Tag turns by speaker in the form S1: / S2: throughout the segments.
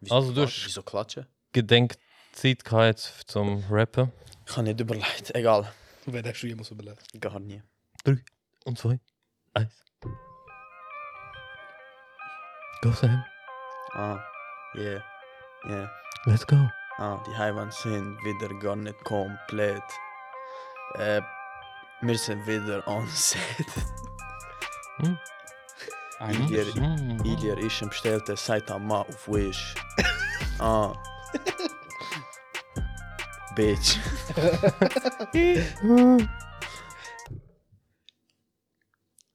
S1: Wieso
S2: Also du
S1: klatschen?
S2: hast-
S1: Wieso klatschen?
S2: Gedenkzeit gehabt jetzt zum Rappen.
S1: Ich habe nicht überlegt. Egal.
S3: Wer hast du jemals überlegt?
S1: Gar nie.
S2: Und zwei, eins. Go Sam,
S1: Ah. Yeah. Yeah.
S2: let's go.
S1: Ah, die Heimen sind wieder gar nicht komplett. Äh, wir sind wieder on set.
S3: Eigentlich.
S1: Ilir,
S2: Mm,
S1: Ilir ist im bestellte Saitama auf Wish. Ah. Bitch.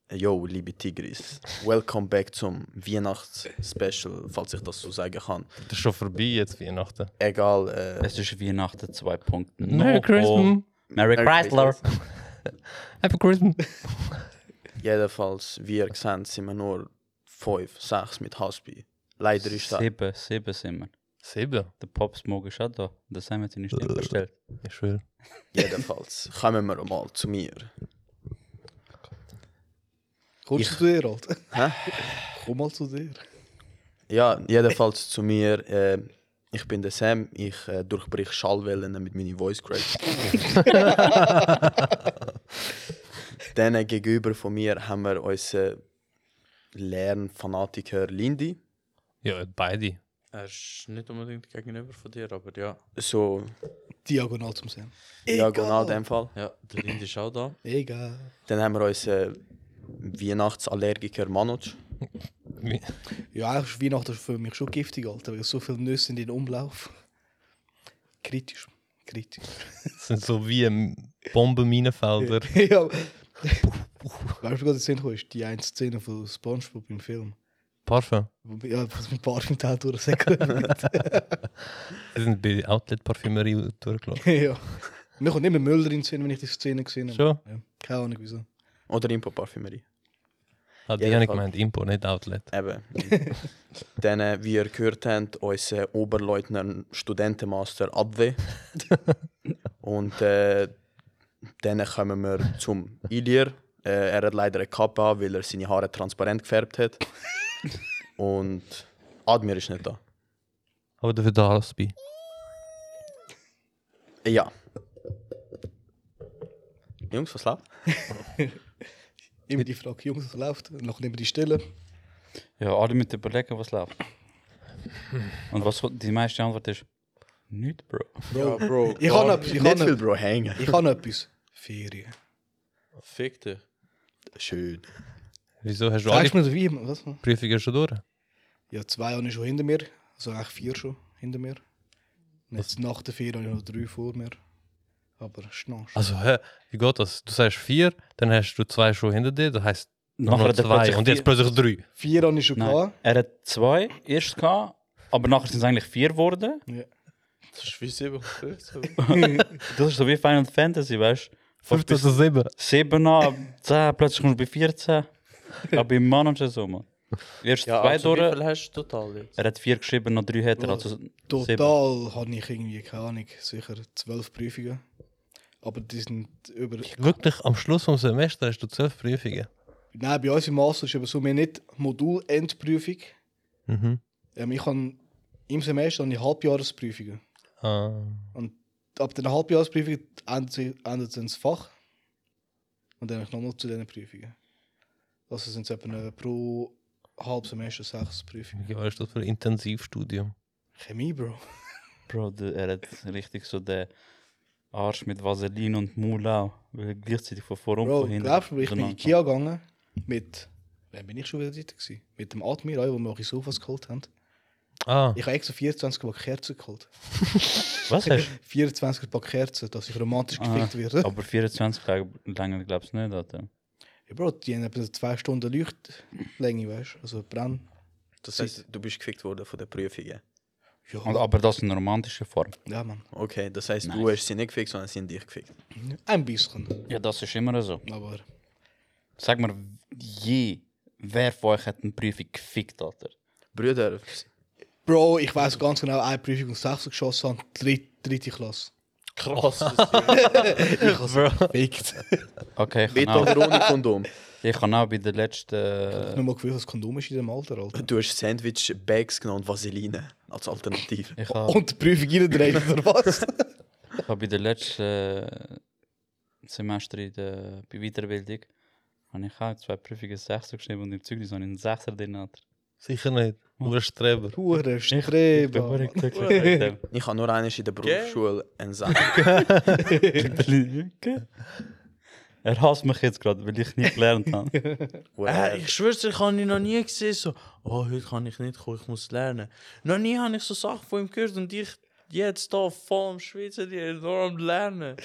S1: Yo, liebe Tigris. Welcome back zum Weihnachtsspecial, falls ich das so sagen kann.
S2: Das ist schon vorbei jetzt Weihnachten. oh.
S1: Egal, äh,
S4: Es ist Weihnachten 2.0.
S2: Merry
S4: Oh,
S2: Christmas.
S1: Merry
S4: Merry Chrysler.
S2: Happy Christmas.
S1: jedenfalls, wir sehen, sind wir nur 5, 6 mit Haspi. Leider ist das.
S4: Sieben, sieben sind wir.
S2: Sieben.
S4: Der Pop Smoke ist auch da. Das haben wir dir nicht bestellt.
S2: Ich schwöre.
S1: Jedenfalls, kommen wir mal zu mir.
S3: Kommst du
S1: Ich-
S3: zu dir, Alter?
S1: Hä?
S3: Komm mal zu dir.
S1: Ja, jedenfalls zu mir. Äh, ich bin der Sam, ich äh, durchbrich Schallwellen mit meinen Voice Cracks. Dann gegenüber von mir haben wir unseren Lernfanatiker Lindy.
S2: Ja, beide.
S5: Er ist nicht unbedingt gegenüber von dir, aber ja.
S1: So
S3: Diagonal zum Sam.
S1: diagonal in dem Fall.
S5: Ja, der Lind ist auch da.
S3: Egal.
S1: Dann haben wir unseren Weihnachtsallergiker Manoj.
S2: Wie-
S3: Ja, eigentlich ist Weihnachten für mich schon giftig, Alter, weil so viele Nüsse sind in Umlauf. Kritisch. Kritisch.
S2: Das sind so wie ähm, Bombenminenfelder.
S3: ja. weißt du, was ich sehen ist die eine Szene von Spongebob im Film.
S2: Parfum.
S3: Wo- Ja, was mit Parfümteil durchsäckeln.
S2: Sie sind bei Outlet-Parfümerie durchgelaufen.
S3: ja. Mir kommt immer Müll drin sehen, wenn ich die Szene gesehen habe.
S2: Schon?
S3: Ja. Keine Ahnung wieso.
S1: Oder Impo-Parfümerie.
S2: Ah, die
S1: Ja,
S2: habe ich
S1: voll.
S2: gemeint. Impo, nicht Outlet.
S1: Eben. Dann, äh, wie ihr gehört habt, unser Oberleutnant Studentenmaster Adwe. Und äh, dann kommen wir zum Ilir. Äh, er hat leider eine Kappe, an, weil er seine Haare transparent gefärbt hat. Und Admir ist nicht da.
S2: Aber dafür da Aspi.
S1: Ja. Jungs, was läuft?
S3: Immer die Frage, Jungs, was läuft? Und dann immer die Stille.
S4: Ja, alle mit überlegen, was läuft. Und was die meiste Antwort ist: Nicht, Bro.
S3: Bro.
S5: Bro.
S3: Ich habe etwas.
S1: Nicht
S3: Ich
S1: viel,
S3: habe
S1: Bro, hängen.
S3: ich hab etwas. Ferien.
S5: Fick dich.
S1: Schön.
S2: Wieso hast du alle
S3: Sagst du mir, wie? Was?
S2: Prüfungen schon durch?
S3: Ja, zwei habe ich schon hinter mir. Also eigentlich vier schon hinter mir. Und jetzt nach der vier habe ich noch drei vor mir. Aber schnarch.
S2: Also, hä? Wie geht das? Du sagst vier, dann hast du zwei schon hinter dir, das heisst noch
S4: Nachher
S2: nur
S4: hat er
S2: zwei
S4: plötzlich
S2: und jetzt
S4: vier-
S2: plötzlich drei.
S3: Vier habe ich schon
S4: Nein.
S3: gehabt.
S4: Er hat zwei erst gehabt, aber nachher sind es eigentlich vier geworden.
S5: Das ist wie 57.
S4: Das ist so wie Final Fantasy, weißt du?
S2: Fünf bis sieben.
S4: 7 an, 10, plötzlich kommst du bei 14. Aber im Mann und so, man. Erst
S5: Ja,
S4: zwei
S5: also wie
S4: durch.
S5: viel hast du total jetzt?
S4: Er hat vier geschrieben, noch drei hat er. Also sieben.
S3: Total habe ich irgendwie, keine Ahnung, sicher zwölf Prüfungen. Aber die sind über.
S2: Wirklich, am Schluss vom Semester hast du zwölf Prüfungen.
S3: Nein, bei uns im Master ist aber so, wir haben nicht Modulendprüfung.
S2: Mhm.
S3: Ähm, ich habe im Semester habe ich Halbjahresprüfungen.
S2: Ah.
S3: Und ab den Halbjahresprüfung ändert sich- ändert sich das Fach. Und dann nochmal zu diesen Prüfungen. Also sind es etwa äh, pro halbes Semester sechs Prüfungen.
S2: Wie ist das für ein Intensivstudium?
S3: Chemie, Bro.
S4: Bro, der, er hat richtig so den Arsch mit Vaseline und Mulau. Weil er gleichzeitig von vor und
S3: Bro,
S4: von hinten.
S3: glaubst du, ich bin in
S4: miteinander-
S3: Ikea gegangen mit... Wem bin ich schon wieder dort? Gewesen? Mit dem Admir, der mir eure Sofas geholt haben.
S2: Ah,
S3: Ich habe extra 24 Pack Kerzen geholt.
S4: Was hast
S3: 24 Pack Kerzen, dass ich romantisch
S4: Ah.
S3: gefickt werde.
S4: du? Aber 24 lang- lange glaubst du nicht, Alter.
S3: Ja, Bro, die haben etwa zwei Stunden Leuchtlänge, weißt du? Also Brenn.
S1: Das heißt, du bist gefickt worden von den Prüfungen.
S3: Ja,
S4: Und, aber das in romantischer Form.
S3: ja Mann.
S1: Okay, das heißt, du
S4: Nice.
S1: hast sie nicht gefickt, sondern sie haben dich gefickt.
S3: Ein bisschen.
S4: Ja, das ist immer so.
S3: Aber...
S4: Sag mir, je, wer von euch hat eine Prüfung gefickt, Alter?
S1: Brüder,
S2: Genau.
S3: Bro, ich weiß ganz genau, eine Prüfung und 6 geschossen haben, dritte, dritte Klasse.
S5: Krass.
S3: Ich habe gefickt.
S4: Okay, ich
S1: mit
S4: kann, auch,
S1: oder ohne Kondom?
S4: ich kann auch bei der letzten. eh,
S3: Ich habe mal gewusst, was Kondom ist in dem Alter, Alter.
S1: Du hast Sandwich-Bags genommen und Vaseline. als Alternative.
S4: Ich habe
S3: Und die Prüfung reindrehen, oder was?
S4: Ich habe bei den letzten äh, Semester in der, bei Weiterbildung habe ich auch zwei Prüfungen 6 geschrieben und im Zeugnis habe ich einen 6 drin. Alter.
S2: Sicher nicht. Nur ein Streber.
S3: Hure
S4: Ich bin
S3: Streber.
S4: verdammt glücklich mit dem.
S1: Ich habe nur einmal in der Berufsschule einen Satz.
S4: Okay. Er hasst mich jetzt gerade, weil ich nicht gelernt habe.
S1: wo
S5: Äh,
S1: er-
S5: ich schwör's, ich habe ihn noch nie gesehen. So, oh, heute kann ich nicht kommen, ich muss lernen. Noch nie habe ich so Sachen von ihm gehört und ich jetzt da voll am Schwitzen, die nur am Lernen.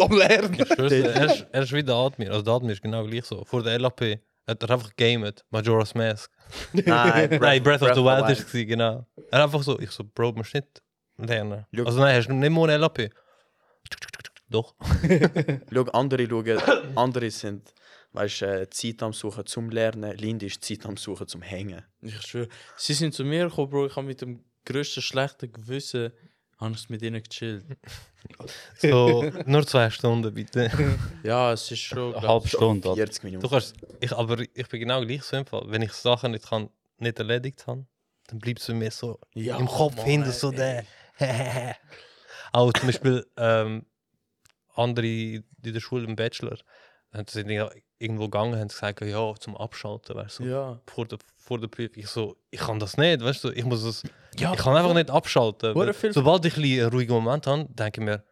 S3: Am Lernen.
S2: Schwör's dir, er, ist, er ist wie der Admir. Also der Admir ist genau gleich so. Vor der LAP hat er einfach gegamet. Majora's Mask.
S1: Nein, Breath,
S2: nein, Breath, of the Wild war
S1: Wild.
S2: es, genau. Er einfach so, ich so, Bro, musst nicht lernen.
S1: Look.
S2: Also nein, hast du nicht mal eine LAP. Doch.
S1: Schau, andere schauen, andere sind weißt, äh, Zeit am Suchen zum Lernen, Linde ist Zeit am Suchen zum Hängen.
S5: Ich schwöre, sie sind zu mir gekommen, Bro, ich habe mit dem grössten schlechten Gewissen habe ich mit ihnen gechillt.
S2: So, nur zwei Stunden, bitte.
S5: Ja, es ist schon.
S4: Eine halbe Stunde. Alter.
S1: 40
S2: Du
S1: Minuten.
S2: kannst, ich, aber ich bin genau gleich so im Fall. Wenn ich Sachen nicht, kann, nicht erledigt habe, dann bleibt es bei mir so
S5: Ja,
S2: im Kopf
S5: Oh Mann,
S2: hinter so der. Auch zum Beispiel ähm, andere in der Schule im Bachelor dann sind die irgendwo gegangen und gesagt, ja, zum Abschalten, weißt du.
S5: Ja.
S2: Vor der, vor der Prüfung. Ich so, ich kann das nicht, weißt du, ich muss es.
S5: Ja,
S2: ich kann einfach nicht abschalten.
S5: Hure
S2: weil
S5: viel-
S2: Sobald ich ein bisschen einen ruhigen Moment habe, denke ich mir,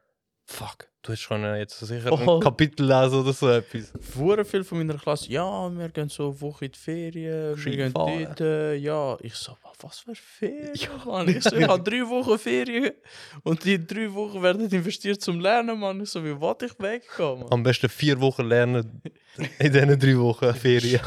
S2: fuck, du hättest können jetzt sicher
S5: Oh.
S2: ein Kapitel lesen oder so etwas.
S5: Hure viel von meiner Klasse, ja, wir gehen so eine Woche in die Ferien, wir gehen
S2: Skifahren.
S5: dort, äh, ja. Ich so, wa- was für Ferien, Mann? Ich so, ich habe drei Wochen Ferien und die drei Wochen werden investiert zum Lernen, Mann. Ich so, wie wollte ich wegkommen?
S2: Am besten vier Wochen lernen in diesen drei Wochen Ferien.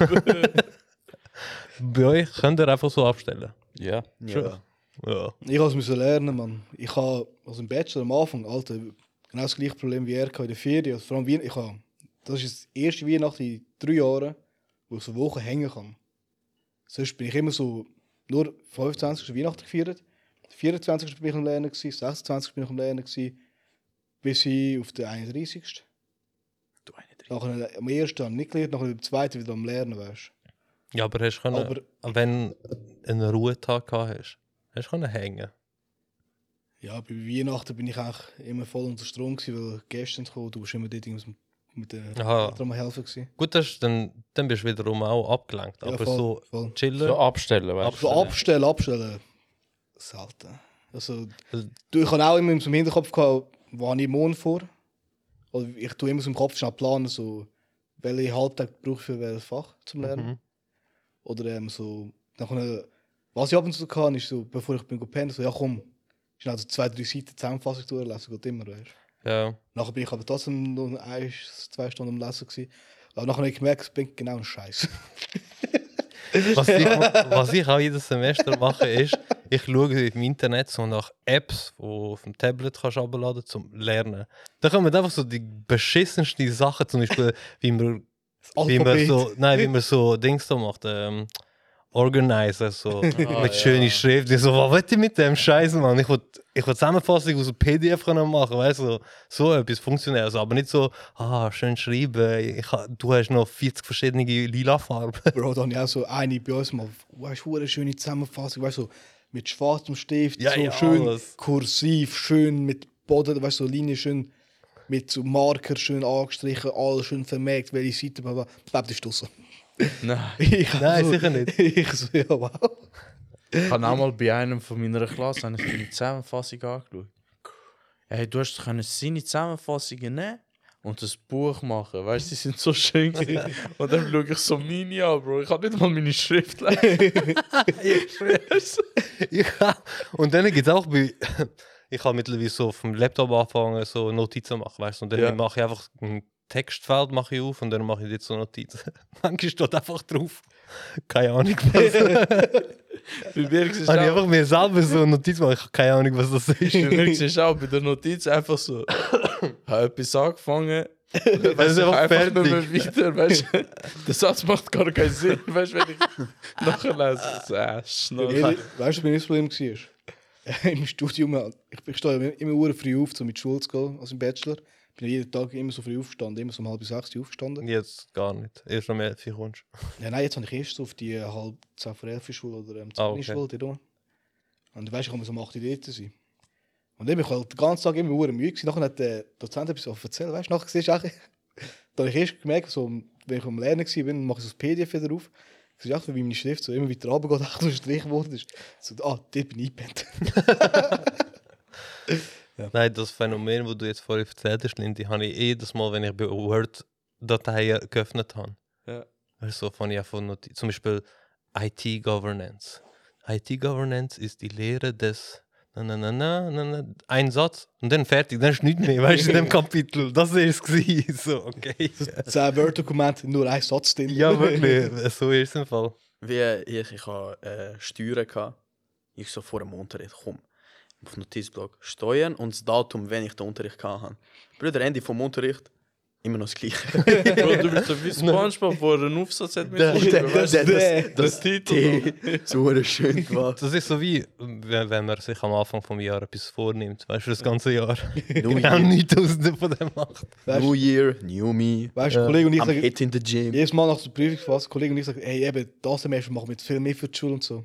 S2: Bei euch könnt ihr einfach so abstellen.
S4: Ja.
S1: Ja.
S2: Ja.
S3: Ich muss es lernen, Mann. Ich habe also im Bachelor am Anfang, Alter, genau das gleiche Problem wie er hatte in der Ferien. also Vor allem, Wien- ich habe, das ist das erste Weihnachten in drei Jahren, wo ich so Wochen hängen kann. Sonst bin ich immer so nur 25. Weihnachten gefeiert. 24. bin ich am Lernen, gewesen, 26. bin ich am Lernen, gewesen, bis hin auf den 31.
S1: Du eine Dre-
S3: Nachher, am ersten habe ich nicht gelernt, nachher am zweiten wieder am Lernen wärst.
S2: ja, ne. aber hast du können,
S3: Aber
S2: wenn du einen Ruhetag gehabt hast, hast du können hängen.
S3: Ja, bei Weihnachten bin ich eigentlich immer voll unter Strom, gewesen, weil Gäste sind gekommen, du warst immer dort irgendwas mit den
S2: Aha.
S3: Eltern mal helfen. Gewesen.
S2: Gut, das ist, dann, dann bist du wiederum auch abgelenkt.
S3: Ja,
S2: aber
S3: voll,
S2: so
S3: voll.
S2: chillen.
S4: So abstellen, weißt
S3: So abstellen, abstellen, selten. Also,
S2: Also-
S3: du, ich habe auch immer im Hinterkopf gehabt, wo habe ich morgen vor. Oder ich tue immer so im Kopf schnell planen, so, welche Halbtag brauche ich für welches Fach zum Lernen.
S2: Mhm.
S3: Oder ähm, so, nachher, was ich ab und zu kann, ist so, bevor ich bin gepennt, so, ja komm, schnell so zwei, drei Seiten Zusammenfassung durchlesen, geht immer, weißt du.
S2: Ja.
S3: Nachher bin ich aber trotzdem nur ein, zwei Stunden am Lesen. Gewesen. Aber nachher habe ich gemerkt, es bringt genau einen Scheiß.
S2: Was, ich, was ich auch jedes Semester mache, ist, ich schaue im Internet so nach Apps, die du auf dem Tablet kannst abladen zum Lernen. Da kommen einfach so die beschissensten Sachen, zum Beispiel, wie man wie man so, nein, wie man so Dings da macht, ähm, Organizer, so mit schöner Schrift. Ich so, was wollt ihr mit dem Scheiß, Mann? Ich will, ich will Zusammenfassung aus dem PDF können machen, weißt du, so, so etwas Funktionelles, aber nicht so, ah, schön schreiben, ich, ha- du hast noch 40 verschiedene lila Farben.
S3: Bro, da habe ich auch so eine bei uns mal, weißt du, eine schöne Zusammenfassung, weißt du, so mit schwarzem Stift,
S2: Ja,
S3: so
S2: ja,
S3: schön
S2: alles.
S3: kursiv, schön mit Boden, weißt du, so Linie schön mit so Marker schön angestrichen, alles schön vermerkt, welche Seite, bla bla. Bleib dich draussen.
S5: Nein.
S3: Ich
S2: Nein,
S3: so-
S2: sicher nicht.
S3: Ich so, ja, wow.
S5: Ich habe auch mal bei einem von meiner Klasse habe ich die Zusammenfassung angeschaut. Hey, du hast können seine Zusammenfassungen nehmen und das Buch machen. Weißt du, sie sind so schön. gewesen. und dann schaue ich so meine an, Bro. Ich habe nicht mal meine Schrift lesen. ich schwör's.
S2: Ja, und dann gibt es auch bei. Ich habe mittlerweile so auf dem Laptop angefangen, so Notizen zu machen, weißt du? Und dann
S5: Ja.
S2: mache ich einfach ein Textfeld mache ich auf und dann mache ich dort so Notizen. Manchmal steht einfach drauf. Keine Ahnung, was. Habe
S5: Bei mir ist
S2: ich einfach mir selber so eine Notiz gemacht. Ich habe keine Ahnung, was das ist.
S5: Bei mir siehst du auch bei der Notiz einfach so. habe etwas angefangen.
S2: Das ist einfach fertig.
S5: nicht mehr weiter. Weißt du, der Satz macht gar keinen Sinn. Weißt du, wenn ich nachher lese. So, äh, Schnurr.
S3: Ehrlich, Weißt du, was mein Problem war? Im Studium, ich, ich stehe immer, immer ur früh auf, um in die Schule zu gehen, also im Bachelor. Ich bin jeden Tag immer so früh aufgestanden, immer so um halb sechs Uhr aufgestanden.
S2: Jetzt gar nicht. Erst am 11. Uhr kommst
S3: Ja, nein, jetzt habe ich erst so auf die äh, halb zehn vor elf Schule oder ähm,
S2: Ah,
S3: zehn Schule, die rum. Und weißt, ich kann um 8 Uhr dort sein. Und ich bin halt den ganzen Tag immer hure müde. gewesen. Nachher hat der Dozent etwas erzählt. Weißt du, nachher siehst du auch, da habe ich erst gemerkt, so, wenn ich am Lernen war, bin, mache ich so das PDF wieder auf. Ich sehe echt, wie meine Schrift so immer weiter runtergeht, echt so ein Strich geworden ist. So, ah, dort bin ich eingepennt.
S2: Nein, das Phänomen, das du jetzt vorhin erzählt hast, Lindy, habe ich jedes Mal, wenn ich bei Word-Dateien geöffnet habe.
S4: Ja.
S2: Also von ja von Noti- zum Beispiel IT-Governance. IT-Governance ist die Lehre des na, na, na, na, na, na, ein Satz und dann fertig, dann ist nichts mehr, weißt du, in dem Kapitel. Das war es. gewesen. So, okay.
S3: Zehn Word-Dokument, nur ein Satz drin.
S2: Ja, wirklich, so ist es im Fall.
S1: Wie ich, ich habe äh, Steuern gehabt. Ich so vor dem Unterricht, komm, auf Notizblock, Steuern und das Datum, wenn ich den Unterricht hatte. Bruder, Ende vom Unterricht, immer noch das Gleiche.
S5: Bro, du bist so wie Spongebob, wo er einen Aufsatz hat
S2: Der-
S5: geschrieben,
S1: der-
S5: weißt
S1: der-
S5: du?
S1: das- Das Titel. So eine schön gemacht.
S2: Das ist so wie, wenn, wenn man sich am Anfang vom Jahr etwas vornimmt, weißt du, für das ganze Jahr.
S1: New
S2: Genau
S1: year,
S2: nichts aus dem- von dem macht.
S3: Weißt
S1: new year, new me.
S3: weißt du, Kollege und ich
S1: I'm
S3: sagen,
S1: hit in the gym.
S3: jedes Mal nach der Prüfungsphase, Kollege und ich sagen, hey, eben, das Semester machen wir jetzt viel mehr für die Schule und so.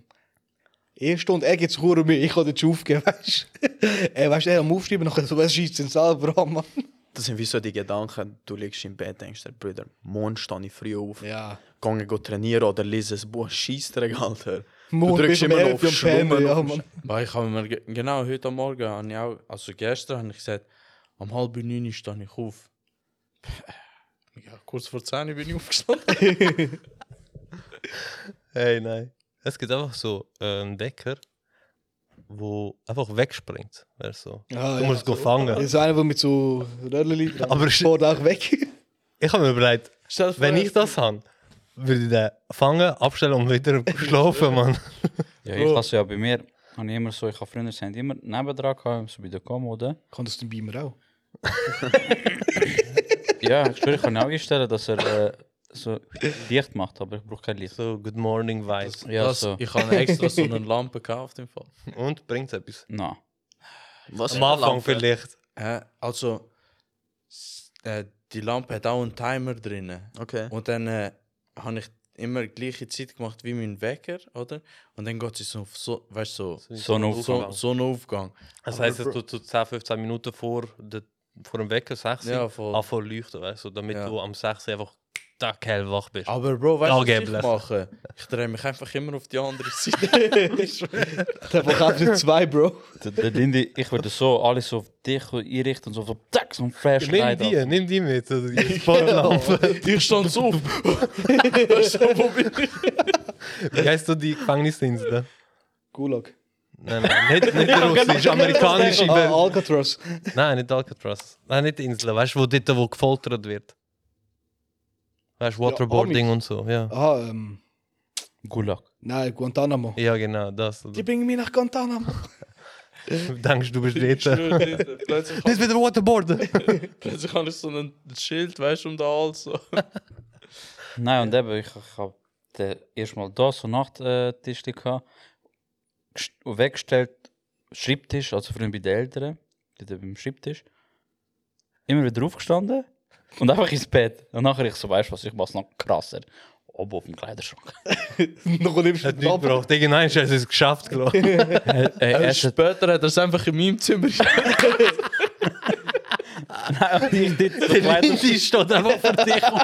S3: Erst und er geht es Ruhe mir, ich kann den Schule aufgeben, weißt du? Ey, weißt du, er am Aufschreiben, nachher so, was schießt denn selber an, Mann?
S1: Das sind wie so die Gedanken, du liegst im Bett, denkst dir, Bruder, morgen stehe ich früh auf,
S3: Ja.
S1: gehe go trainieren oder lese ein Buch, scheiss dir, Alter.
S3: Morgen
S1: drückst
S3: bist du
S1: immer
S3: mehr
S1: noch auf
S3: für den
S1: Schlummer,
S3: Penner, ja,
S1: noch auf
S3: Mann.
S5: Weil ich habe mir ge- genau heute Morgen, habe ich auch, also gestern habe ich gesagt, um halb neun stehe ich auf. Ja, kurz vor zehn bin ich aufgestanden.
S2: Hey, nein. Es gibt einfach so ähm, Decker, wo einfach wegspringt. Weißt du, so.
S3: Ah,
S2: du
S3: ja.
S2: musst go
S3: Das
S2: fangen.
S3: ist einer, der mit so Röllchen dran
S2: Aber
S3: Aber
S2: ist-
S3: fährt auch weg.
S2: Ich habe mir überlegt,
S5: Stell dir vor,
S2: wenn ich das habe, würde ich den fangen, abstellen und wieder schlafen, Mann.
S4: Ja,
S5: Bro.
S4: ich hasse ja bei mir. Habe ich immer so, ich habe Freunde, sie haben immer nebendran gehabt, so bei der Kommode.
S3: Kann das den dus Beamer auch?
S4: Ja, ich schwöre, ich kann auch einstellen, dass er äh, so Licht macht, aber ich brauche kein Licht.
S2: So, Good Morning Vibes.
S5: das,
S4: Ja,
S5: das,
S4: so.
S5: Ich habe extra so eine Lampe gekauft im Fall.
S2: Und bringt etwas.
S4: Nein.
S1: Was
S2: Am Anfang vielleicht.
S5: Äh, also, s- äh, die Lampe hat auch einen Timer drinnen.
S1: Okay.
S5: Und dann äh, habe ich immer die gleiche Zeit gemacht wie mein Wecker, oder? Und dann geht es so, auf so, weißt du, so, so,
S2: Sonnenaufgang.
S5: so einen Aufgang.
S2: Das heisst, dass du so 10, 15 Minuten vor, der, vor dem Wecker, 6
S5: Ja, voll.
S2: anfangen zu leuchten, weißt du, damit
S5: Ja.
S2: du am 6 einfach taghell wach bist.
S5: Aber Bro, weißt du, was ich
S2: Angeblich.
S5: mache? Ich drehe mich einfach immer auf die andere Seite.
S3: Der verkauft nicht zwei, Bro.
S4: Der, der Lindy, ich würde so alles so auf dich einrichten und so, so, tack, so ein
S2: nimm
S4: Flashlight.
S2: die,
S4: Alter.
S2: nimm die mit, also die Sportlampe.
S5: ich stand so auf. Das ist so, wo bin ich?
S2: Wie heisst du die Gefängnisinsel?
S3: Gulag.
S2: Nein, nein, nicht, nicht die
S3: genau,
S2: russische, amerikanische.
S3: Ah,
S2: Welt.
S3: Alcatraz.
S2: Nein, nicht Alcatraz. Nein, nicht die Insel, weißt du, wo dort, wo gefoltert wird. Weißt du, Waterboarding
S3: Amis.
S2: und so, ja.
S3: Ah, ähm.
S4: Gulag.
S3: Nein, Guantanamo.
S2: Ja, genau, das.
S3: Die bringen mich nach Guantanamo.
S2: Du denkst, du bist dort.
S5: Nur dort. Plötzlich
S2: Nicht wieder Waterboarden!
S5: plötzlich habe ich so ein Schild, weißt du, um den Hals. So.
S4: Nein, und eben, ich, ich habe eh, erstmal da so Nachttisch äh, gehabt, gest- weggestellt, Schreibtisch, also früher bei den Eltern, dort beim Schreibtisch. Immer wieder aufgestanden und einfach ins Bett. Und nachher ich so, weißt du was, ich mach's noch krasser. Oben auf dem Kleiderschrank.
S3: Noch nimmst du
S2: Hat
S3: den
S2: nichts
S3: Papa.
S2: gebraucht. Irgendwann ist es geschafft, glaube ich.
S4: Ey, ey, erst hat-
S5: Später hat er es einfach in meinem Zimmer.
S4: Nein, und ich dort so Kleiderschrank.
S2: Lindy steht einfach vor dich auf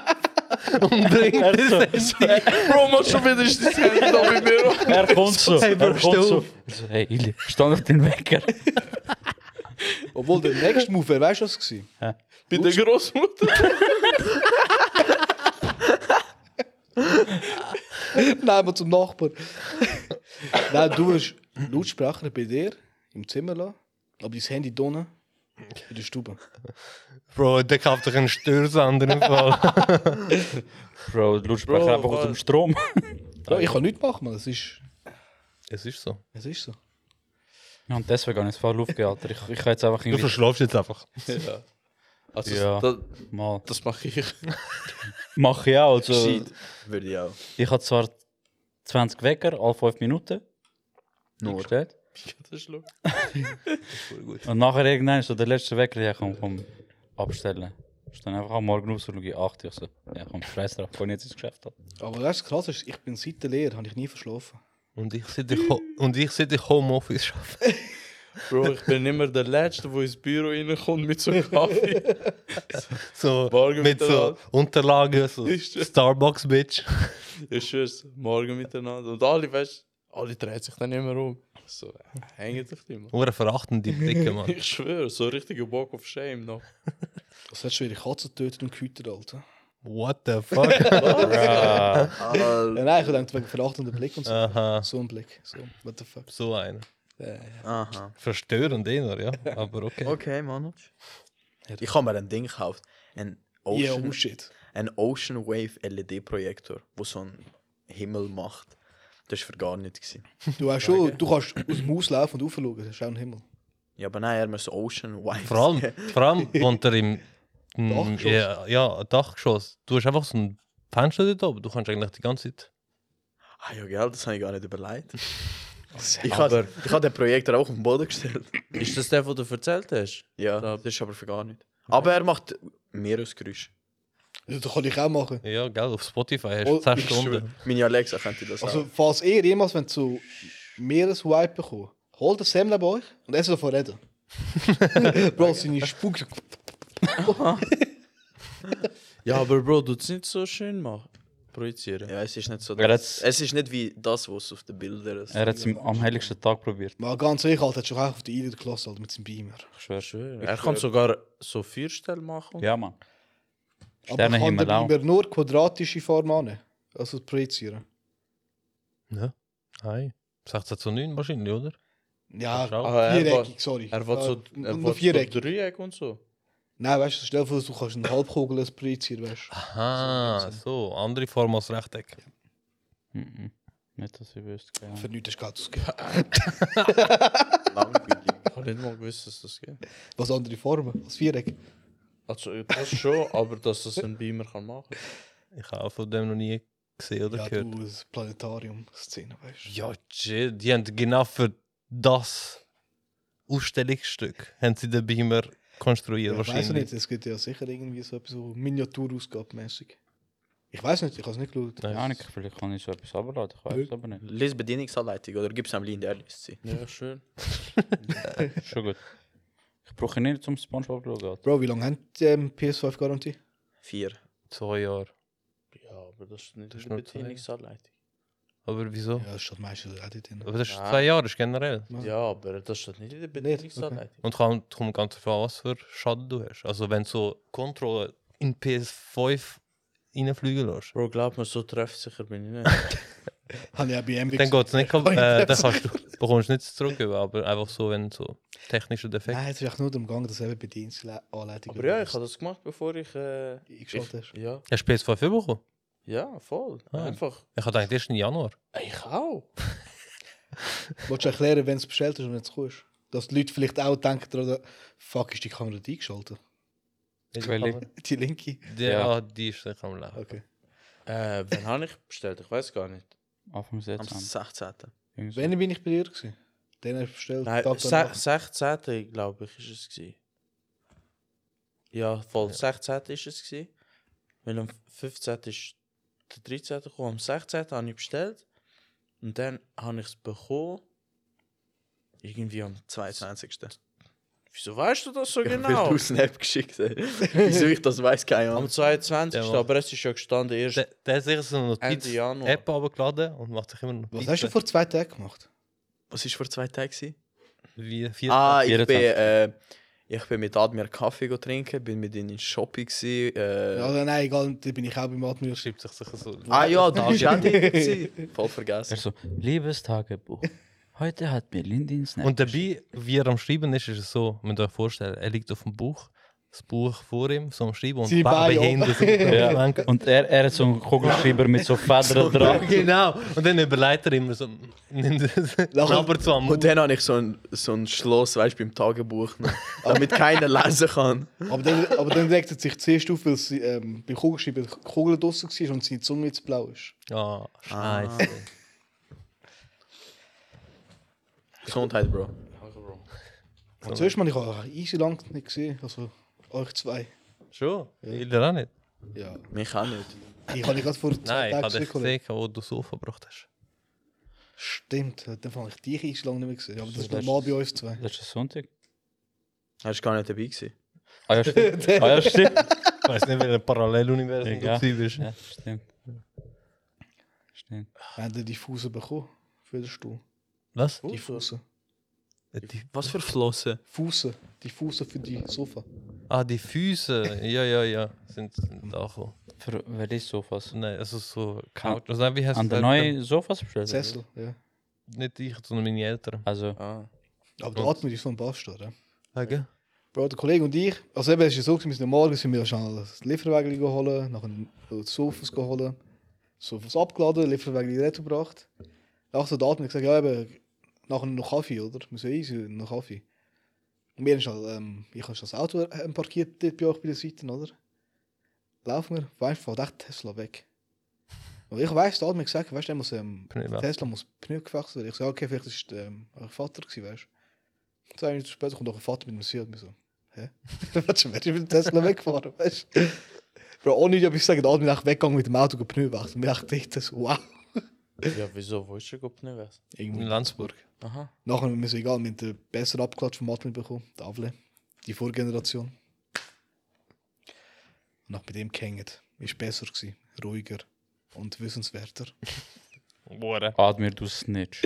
S2: und bringt es.
S5: Bro, mach schon wieder ist das Handy da bei mir.
S4: Er kommt so.
S2: Hey, Bro,
S4: Er kommt
S2: steh
S4: so.
S2: auf.
S4: Ich so, Hey, Ili, stand auf den Wecker.
S3: Obwohl der nächste Move, wer weißt du was gewesen?
S5: Bei der Großmutter.
S3: Nein, aber zum Nachbarn. Nein, du hast Lautsprecher bei dir im Zimmer lassen, aber dein Handy drinnen in der Stube.
S2: Bro, der kauft doch einen Störsander im Fall.
S4: Bro, der Lautsprecher
S5: Bro,
S4: einfach aus
S5: was?
S4: dem Strom.
S3: Bro, ich kann nichts machen, man. Es ist,
S2: Es ist so.
S3: es ist so.
S4: Ja, und deswegen habe ich es voll aufgehört, Alter. Ich, ich kann jetzt einfach
S2: Du
S4: irgendwie...
S2: verschlafst jetzt einfach.
S5: Ja. Also,
S4: Ja.
S5: Das,
S4: Mal.
S5: das mache ich.
S4: Mache ich auch. Also,
S1: Gescheit. Würde ich auch.
S4: ich habe zwar 20 Wecker, alle 5 Minuten.
S1: Nur.
S4: Gestellt.
S5: Das ist schlimm.
S4: Und nachher irgendwann so der letzte Wecker, ja komm, komm, abstellen. Ich dann einfach am Morgen auf, so schaue ich 8 Uhr. Ich so, ja komm, scheiß drauf, komm jetzt ins Geschäft. Alter.
S3: Aber weißt du, krass ist, ich bin seit der Lehre, habe ich nie verschlafen.
S2: Und ich sitze in Ho- und ich sitze in Homeoffice arbeiten.
S5: Bro, ich bin immer der Letzte, der ins Büro reinkommt mit so einem Kaffee.
S2: So,
S5: Morgen
S2: mit so
S5: miteinander.
S2: Unterlagen, so
S5: Ist das-
S2: Starbucks-Bitch.
S5: Ich schwör's, morgen miteinander. Und alle, weißt alle drehen sich dann immer um. So, hängen sich immer.
S2: Oder verachten die Blicke, Mann.
S5: Ich schwöre, so richtiger Walk of Shame noch.
S3: Das hat schon ihre Katze getötet und gehütet, Alter.
S2: What the fuck?
S3: Ja, nein, ich denke, wegen verachtenden Blick und so.
S2: Aha,
S3: So ein Blick. So, what the fuck.
S2: so einer.
S1: Aha.
S2: Verstörend eher, ja. Aber okay.
S1: Okay, Manoj. Ich habe mir ein Ding gekauft. Ein
S3: Yeah,
S1: Ocean,
S3: oh shit.
S1: ein Ocean Wave E LED-Projektor, der so einen Himmel macht. Das war gar nicht. Gewesen.
S3: Du, hast schon, du kannst aus dem Haus laufen und raufschauen, das ist auch ein Himmel.
S1: Ja, aber nein, er muss Ocean Wave.
S2: Vor allem, vor allem wohnt er im m,
S3: Dachgeschoss.
S2: Ja, ja, Dachgeschoss. Du hast einfach so ein Fenster dort oben. Du kannst eigentlich die ganze Zeit.
S1: Ah ja, gell, das habe ich gar nicht überlegt. Ich
S5: Aber-
S1: habe ich hab den Projektor auch auf den Boden gestellt.
S5: Ist das der, den du erzählt hast?
S1: Ja,
S5: Da-
S1: das ist aber für gar nicht. Aber er macht Meeresgeräusche.
S3: Also, das kann ich auch machen.
S2: Ja, gell, auf Spotify hast du
S3: Oh,
S2: 10
S3: ich
S2: Stunden.
S1: Meine Alexa könnte das
S3: Also,
S1: auch.
S3: falls ihr jemals wenn zu Meereswipe bekommt, holt das Semmel bei euch und esst davon reden. Bro, seine Spuck.
S5: Ja, aber Bro, du es nicht so schön machen. Projizieren.
S1: Ja, es ist nicht so.
S4: Er
S1: Das,
S4: hat's-
S1: es ist nicht wie das, was auf den Bildern ist.
S4: Er hat es am heiligsten Tag probiert.
S3: Mal ganz ehrlich, Alter, hat schon auch auf die Idee gelassen, Alter, mit seinem Beamer.
S4: Ich schwör's.
S5: Schön. Er kann sogar so Vierstell machen.
S4: Ja, Mann.
S3: Aber kann der
S4: Sternenhimmel auch.
S3: Beamer nur quadratische Form annehmen? Also projizieren.
S2: Ja. Nein. 16 zu 9 wahrscheinlich, oder?
S3: Ja,
S2: Schau.
S5: Ah, er
S3: viereckig, sorry.
S5: Er will so,
S3: Äh,
S5: er
S3: nur
S5: will so
S3: viereckig.
S5: Dreieck und so.
S3: Nein, weißt du, stell dir vor, du kannst einen Halbkugel als projizieren, weißt du.
S2: Aha, so. Andere Form als Rechteck.
S4: Mhm. Nicht, dass ich wüsste. keine Ahnung.
S3: Für nichts hast du Geld ausgegeben.
S1: Langweilig.
S5: Ich habe nicht mal gewusst, dass das geht.
S3: Was andere Formen, als Viereck.
S5: Also, das schon, aber dass das ein Beamer kann machen kann.
S2: Ich habe von dem noch nie gesehen oder
S3: Ja,
S2: gehört.
S3: du, das Planetarium-Szene, weißt du.
S2: Ja, chill. Die haben genau für das Ausstellungsstück haben sie den Beamer konstruiert,
S3: Ja, ich weiß
S2: wahrscheinlich.
S3: nicht, es gibt ja sicher irgendwie so etwas so Miniaturausgabemäßig. Ich weiß nicht, ich habe es nicht geschaut.
S2: Nein.
S4: Ja, eigentlich, vielleicht kann ich so etwas runterladen, ich weiß es aber nicht.
S1: Lies Bedienungsanleitung oder gib es am Lien, der liest sie.
S5: Ja, schön.
S4: Ist Schon gut. Ich brauche ihn nicht zum Spongebob zu schauen. Alter.
S3: Bro, wie lange haben die ähm, PS5-Garantie?
S1: Vier.
S2: Zwei Jahre.
S5: Ja, aber das ist nicht
S2: Das ist
S5: eine
S2: nur zwei.
S5: Bedienungsanleitung.
S2: Aber wieso?
S3: Ja, das steht meistens auch dort drin.
S2: Aber das ist
S5: Nein.
S2: zwei Jahre, das ist generell.
S3: Ja.
S5: Ja, aber das steht nicht in der Bedienungsanleitung.
S2: Und kommt kommt ganz drauf an, was für Schaden du hast. Also wenn du so Controller in PS5 reinfliegen lässt,
S5: Bro, glaub mir, so treffsicher bin ich nicht.
S3: Habe ich auch bei MW
S2: dann
S3: gesehen.
S2: geht es nicht kaputt. Äh, dann kannst du, bekommst du nichts zurück, aber einfach so, wenn so technische Defekte.
S3: Nein, es ist eigentlich nur darum gegangen, dass eben bei Dienstanleitung.
S5: aber ja, ich habe das gemacht, bevor ich. Äh,
S3: eingeschaltet hast.
S5: ja,
S2: Hast du PS5 bekommen?
S5: ja, voll.
S2: Ah.
S5: Einfach.
S2: Ich hatte eigentlich erst im Januar.
S5: Ich auch.
S3: Wolltest du erklären, wenn es bestellt ist und jetzt kommst? Dass die Leute vielleicht auch denken, daran, fuck, ist die Kamera nicht eingeschaltet?
S4: Welche?
S3: Die linke.
S2: Die,
S4: Ja.
S2: ja. die ist sicher am Laufen.
S3: Okay.
S5: Äh, wann habe ich bestellt? Ich weiß gar nicht.
S4: Anfang
S1: Am
S4: September.
S1: 16.
S4: Irgend so.
S3: Wann bin ich bei dir? Gewesen? Den hast du bestellt.
S5: Nein,
S3: Tag
S5: se-
S3: danach.
S5: 16. glaube ich, ist es gewesen. Ja, voll, 16. ist es gewesen. Weil am 15. ist der 13. gekommen. Am 16. habe ich bestellt. Und dann habe ich es bekommen. Irgendwie am...
S1: 22.
S5: Wieso weißt du das so
S1: Weil
S5: genau?
S1: du Snap geschickt hast. Wieso ich das weiß, keine
S5: Am
S1: Ahnung.
S5: 22.
S2: Ja, Mann.
S5: aber es ist ja gestanden, erst
S2: Der, der hat sicher so eine
S5: Ende Januar.
S2: Notiz-App runtergeladen und macht sich immer
S3: Was
S2: Notizen.
S3: hast du vor zwei Tagen gemacht?
S1: Was war vor zwei Tagen? gewesen?
S2: Wie vier
S1: Ah, ich
S4: 24.
S1: bin, äh, ich bin mit Admir Kaffee go trinken, bin mit ihnen in Shopping. Gewesen, äh,
S3: Ja, nein, egal, da bin ich auch beim Admiral.
S2: schreibt sich sicher so.
S1: ah ja, da war auch die. gewesen. Voll vergessen.
S4: Also, liebes Tagebuch, heute hat mir Lindin Snap.
S2: Und dabei, wie er am Schreiben ist, ist es so, müsst ihr euch vorstellen, er liegt auf dem Buch, das Buch vor ihm, so am Schreiben und
S3: Seine
S2: beide
S3: Beine
S2: Hände sind am Lenken.
S4: Und er, er hat so einen Kugelschreiber mit so Federn
S2: Ja,
S4: dran.
S2: genau. Und dann überlegt er immer so, nimmt das aber zu am
S1: Und dann habe ich so ein, so ein Schloss, weißt du, beim Tagebuch, noch, damit keiner lesen kann.
S3: Aber dann, aber dann regt es sich zuerst auf, weil sie, ähm, beim Kugelschreiben die Kugel draussen war und seine Zunge jetzt blau ist.
S2: Ah, scheiße.
S1: Ah. Gesundheit, Bro.
S3: Und zuerst mal, ich habe euch easy lang nicht gesehen, also euch zwei.
S2: Schon? Ich auch nicht.
S3: Ja.
S1: Mich auch nicht.
S3: Ich habe dich gerade vor zwei
S2: Nein, ich
S3: Tagen
S2: habe dich
S3: gesehen.
S2: gesehen, wo du so verbracht hast.
S3: Stimmt, dann fand ich dich eigentlich lange nicht mehr gesehen. Aber das
S4: Das
S3: ist
S4: ist-
S3: normal bei uns zwei.
S4: Letzten Sonntag.
S1: Hast du gar nicht dabei gewesen?
S4: Ah ja, stimmt. ah, ja, stimmt.
S2: Ich weiß nicht, welches Paralleluniversum
S4: Ja.
S2: du gewesen bist.
S4: Ja, stimmt. Stimmt.
S3: Haben die Diffuse bekommen? Für den Stuhl.
S2: Was?
S3: Diffuse.
S2: Die,
S1: Was für Flossen?
S3: Fuße. Diffuse für die Sofa.
S2: ah, die Füße. Ja, ja, ja. Sind, sind auch so.
S4: Für wer ist Sofas?
S2: Nein, es ist so Couch. Also, wie heißt
S4: An der
S2: das?
S4: neuen Sofas bestellt?
S3: Sessel, ja.
S2: Nicht ich, sondern meine Eltern.
S4: Also,
S5: Ah.
S3: Aber der Atmen ist so ein Bastard, ja.
S2: Okay.
S3: Bro, der Kollege und ich, also eben, es ist so, gewesen, wir sind am Morgen sind wir schnell das Lieferwagen geholt, nachher das Sofas geholt, Sofas abgeladen, Lieferwagen retourgebracht. Nach der Daten gesagt, ja eben, nachher noch Kaffee, oder? Wir so, easy, noch Kaffee. Und wir haben schnell, ähm, ich habe schon das Auto ähm, parkiert dort bei euch bei der Seite, oder? Laufen wir, weißt du, echt Tesla weg. Und ich weiss, der hat mir gesagt, weißt du, der muss, ähm,
S2: Pneu wechseln.
S3: Tesla muss Pneu gewechselt werden. Ich sage, okay, vielleicht ist ähm, euer Vater gewesen, weißt du? Zwei Minuten später kommt auch ein Vater mit dem Seat und mir so. Wat ze met dem Tesla weggefahren, weißt du? Bro, ohne ich sagen, da bin ich weggegangen mit dem Auto Pneu wechseln. Und mir dachte ich, das wow.
S5: Ja, wieso wolltest du überhaupt nicht was?
S2: In
S3: Irgendwie.
S2: Landsburg.
S5: Aha.
S3: Nachher mir so egal, wir haben den besseren Abklatsch vom Admin bekommen, der Avle, die Vorgeneration. Und nach bei dem gehängt. Ist besser gewesen, ruhiger und wissenswerter.
S2: Boah.
S4: Admir, du Snitch.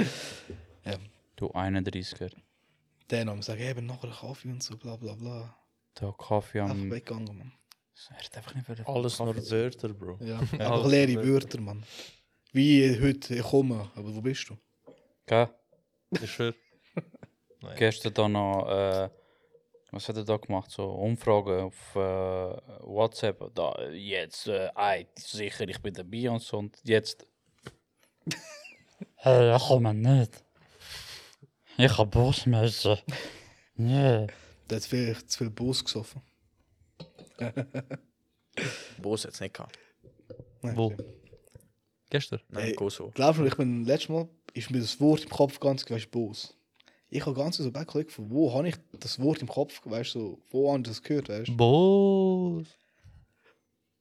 S3: Ja.
S4: Du 31er.
S3: Dann haben wir gesagt, eben nachher einen Kaffee und so, bla bla bla.
S4: Da Kaffee
S3: Einfach
S4: am. Er
S3: weggegangen, Mann.
S4: hat einfach nicht wollen.
S5: Alles nur Wörter, Bro.
S3: Ja, einfach leere Wörter, Mann. Wie äh, heute, ich komme, aber wo bist du?
S4: Gell?
S2: Ist schön.
S4: Gestern dann noch. Äh, was hat er da gemacht? So Umfragen auf äh, WhatsApp. Da, jetzt, äh, ey, sicher, ich bin dabei und so. Und jetzt.
S6: Hey, Eh, dat gaat me niet. Ik ga bosmessen. Nee.
S3: Der hat viel, zu viel Bus gesoffen.
S1: Bos jetzt nicht gehabt.
S3: Nein,
S2: Wo?
S3: stimmt.
S2: Gestern.
S1: Nein,
S3: Ey.
S1: Kosovo.
S3: Glaubst du, ich bin letztes Mal ist mir das Wort im Kopf ganz weißt, Bose. Ich habe ganz so weggelegt, von wo habe ich das Wort im Kopf, weißt du, so, wo habe ich das gehört, weißt du?
S2: Boah.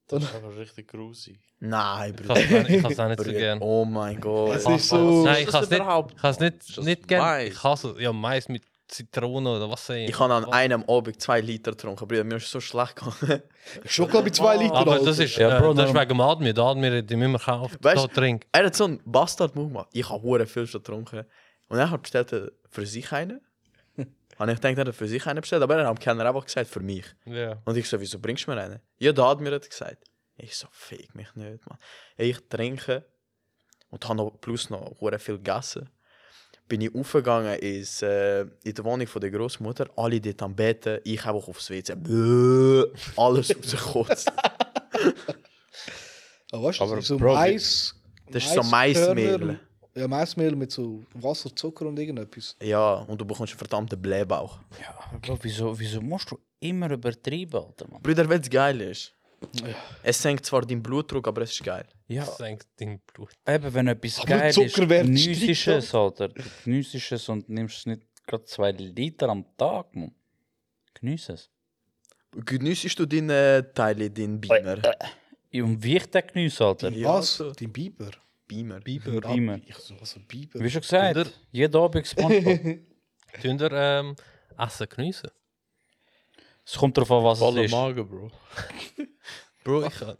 S5: Das ist aber richtig grusig.
S1: Nein,
S2: Ich
S1: Bruder.
S2: kann es auch nicht so
S1: Bruder,
S2: gern.
S1: Oh mein Gott.
S3: Es ist so.
S2: Nein, ich
S5: das
S2: kann es nicht,
S5: überhaupt?
S2: ich kann's
S5: Ist
S2: nicht,
S5: das
S2: nicht gern.
S5: Mais?
S2: Ich hasse ja Mais mit Zitrone oder was sei
S1: Ich habe an einem Abend zwei Liter getrunken, Bruder. Mir ist so schlecht gegangen.
S3: Schon glaube ich zwei Liter.
S2: Aber das
S3: Alter.
S2: ist,
S4: Ja, Bro,
S2: äh, das ist
S4: darum-
S2: wegen dem Admir. Der Admir hat ihm immer gekauft.
S1: Weißt-
S2: Da trink.
S1: Er hat so einen Bastard-Move gemacht. Ich habe hure viel schon getrunken. Und er hat bestellt äh, für sich einen. Und ich denke, er hat für sich einen bestellt, aber er hat keiner einfach gesagt, für mich.
S2: Ja.
S1: Und ich so, wieso bringst du mir einen? Ja, da hat mir das gesagt. Ich so, fick mich nicht, man. Ich trinke und habe noch plus noch hure viel gegessen. Bin ich aufgegangen ins, äh, in die Wohnung von der Großmutter, alle dort am Beten, ich habe auch aufs WC. Bäh, alles auf sich gekotzt.
S3: Aber weißt du, das
S1: Aber
S3: ist so
S1: Bro,
S3: Mais.
S1: Das ist so
S3: Maiskörner-
S1: Maismehl.
S3: Ja, Maismehl mit so Wasser, Zucker und irgendetwas.
S1: Ja, und du bekommst einen verdammten Blähbauch.
S4: Ja, aber Bro, wieso, wieso musst du immer übertreiben, Alter, Mann?
S1: Bruder, weil es geil ist. Es senkt zwar deinen Blutdruck, aber es ist geil.
S4: Ja,
S2: Das senkt dein Blut.
S4: eben, wenn etwas
S3: Aber
S4: geil ist,
S3: Zuckerwert
S4: geniess
S3: steigt,
S4: ist es, Alter. Du geniess ist es und nimmst es nicht gerade zwei Liter am Tag, Mann. Geniess es.
S1: Geniessest du deine Teile, deinen Beamer?
S4: Und wie ich den geniesse, Alter.
S1: Ja,
S3: Was?
S1: so.
S3: Den Biber.
S1: Beamer.
S2: Biber.
S4: Immer.
S3: Ich so, was ein Biber?
S4: Wie schon gesagt,
S2: Kinder.
S4: jeden Abend SpongeBob.
S2: Tun ihr ähm, Essen geniessen?
S4: es kommt darauf an, was
S5: Voller
S4: es ist.
S5: Magen, Bro.
S2: Bro, ich kann.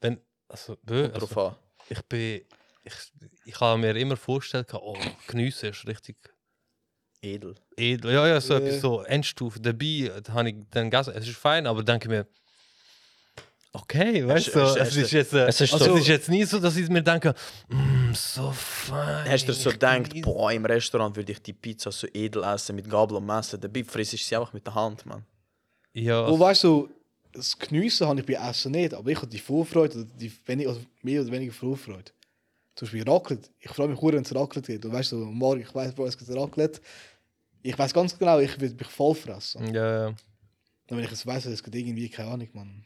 S2: Wenn. Also, bö,
S1: Kommt
S2: also
S1: drauf an.
S2: ich bin. Ich, ich habe mir immer vorgestellt, oh, geniessen ist richtig
S1: Edel.
S2: edel. Ja, ja, so
S3: Ja.
S2: etwas so Endstufe dabei. Da habe ich dann gegessen. Es ist fein, aber denke mir. Okay, weißt du,
S1: es-
S2: es,
S1: es-
S2: ist jetzt. Äh,
S4: es ist
S2: also,
S4: so-
S2: es ist jetzt nie so, dass ich mir denke, mm, so fein.
S1: Hast du dir so
S2: ich
S1: gedacht,
S2: genieße-
S1: boah, im Restaurant würde ich die Pizza so edel essen mit Gabel und Messer, dabei frisst du sie einfach mit der Hand, man.
S2: Ja,
S3: Wo weißt du, das Geniessen habe ich bei Essen nicht, aber ich habe die Vorfreude, oder die wenig, also mehr oder weniger Vorfreude. Zum Beispiel Raclette. Ich freue mich, sehr, wenn es Raclette gibt. Und weißt du, am morgen, ich weiß, Bro, es gibt Raclette. Ich weiß ganz genau, ich würde mich voll fressen.
S2: ja, ja.
S3: Und wenn ich es weiß, es gibt irgendwie, keine Ahnung, Mann.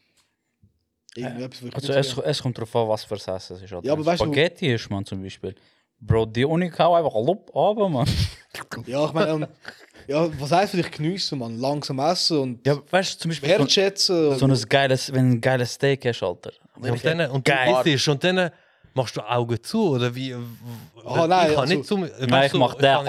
S3: Irgendetwas, wo ich
S4: Also
S3: nicht
S4: es,
S3: so-
S4: es kommt darauf an, was für ein Essen es ist. Alter.
S3: Ja, aber
S4: Wenn es
S3: weißt du-
S4: Spaghetti ist, man zum Beispiel. Bro, die Uni hau einfach lob runter, man.
S3: Ja, ich meine, ähm, ja, was heißt für dich geniessen, Mann? Langsam essen und
S4: Ja, weißt du, zum Beispiel so,
S3: wertschätzen.
S4: so ein geiles, wenn du ein geiles Steak hast, Alter.
S2: Und dann, und
S4: Geil.
S2: du isst und dann Machst du Augen zu oder wie? w-
S3: Ah, nein,
S2: ich kann
S3: also-
S2: nicht zum,
S4: Nein, ich mach den.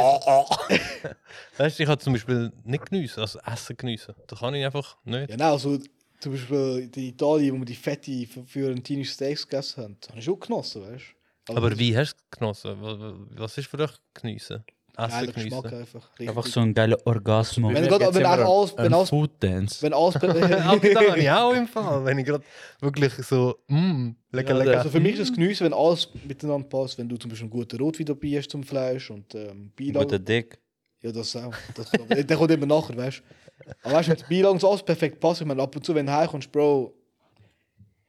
S2: Weißt du, ich kann zum Beispiel nicht geniessen, also Essen geniessen. Da kann ich einfach nicht.
S3: Ja, nou, nein, also zum Beispiel in Italien, wo wir die fette fiorentinische Steaks gegessen haben, das habe ich schon genossen, weißt du?
S2: Aber wie hast du es genossen? Wa- wa- Was ist für dich geniessen?
S3: Nein,
S2: Essen
S3: der Geschmack
S2: geniessen.
S3: einfach.
S4: Einfach so ein geiler Orgasmus.
S3: Wenn Gott, wenn alles, wenn alles,
S5: Food Dance.
S3: wenn alles,
S2: Auch das habe ich auch im Fall, wenn ich gerade wirklich so, mm, lecker,
S5: Ja,
S2: lecker.
S5: der-
S3: also für mich ist es geniessen, wenn alles miteinander passt, wenn du zum Beispiel einen guten Rotwein dabei hast zum Fleisch und ähm,
S4: Guter
S3: Beilage.
S4: Dick.
S3: Ja, das auch. Das, der kommt immer nachher, weißt du? Aber weißt du, wenn die Beilage so alles perfekt passt, ich meine, ab und zu, wenn du heimkommst, Bro,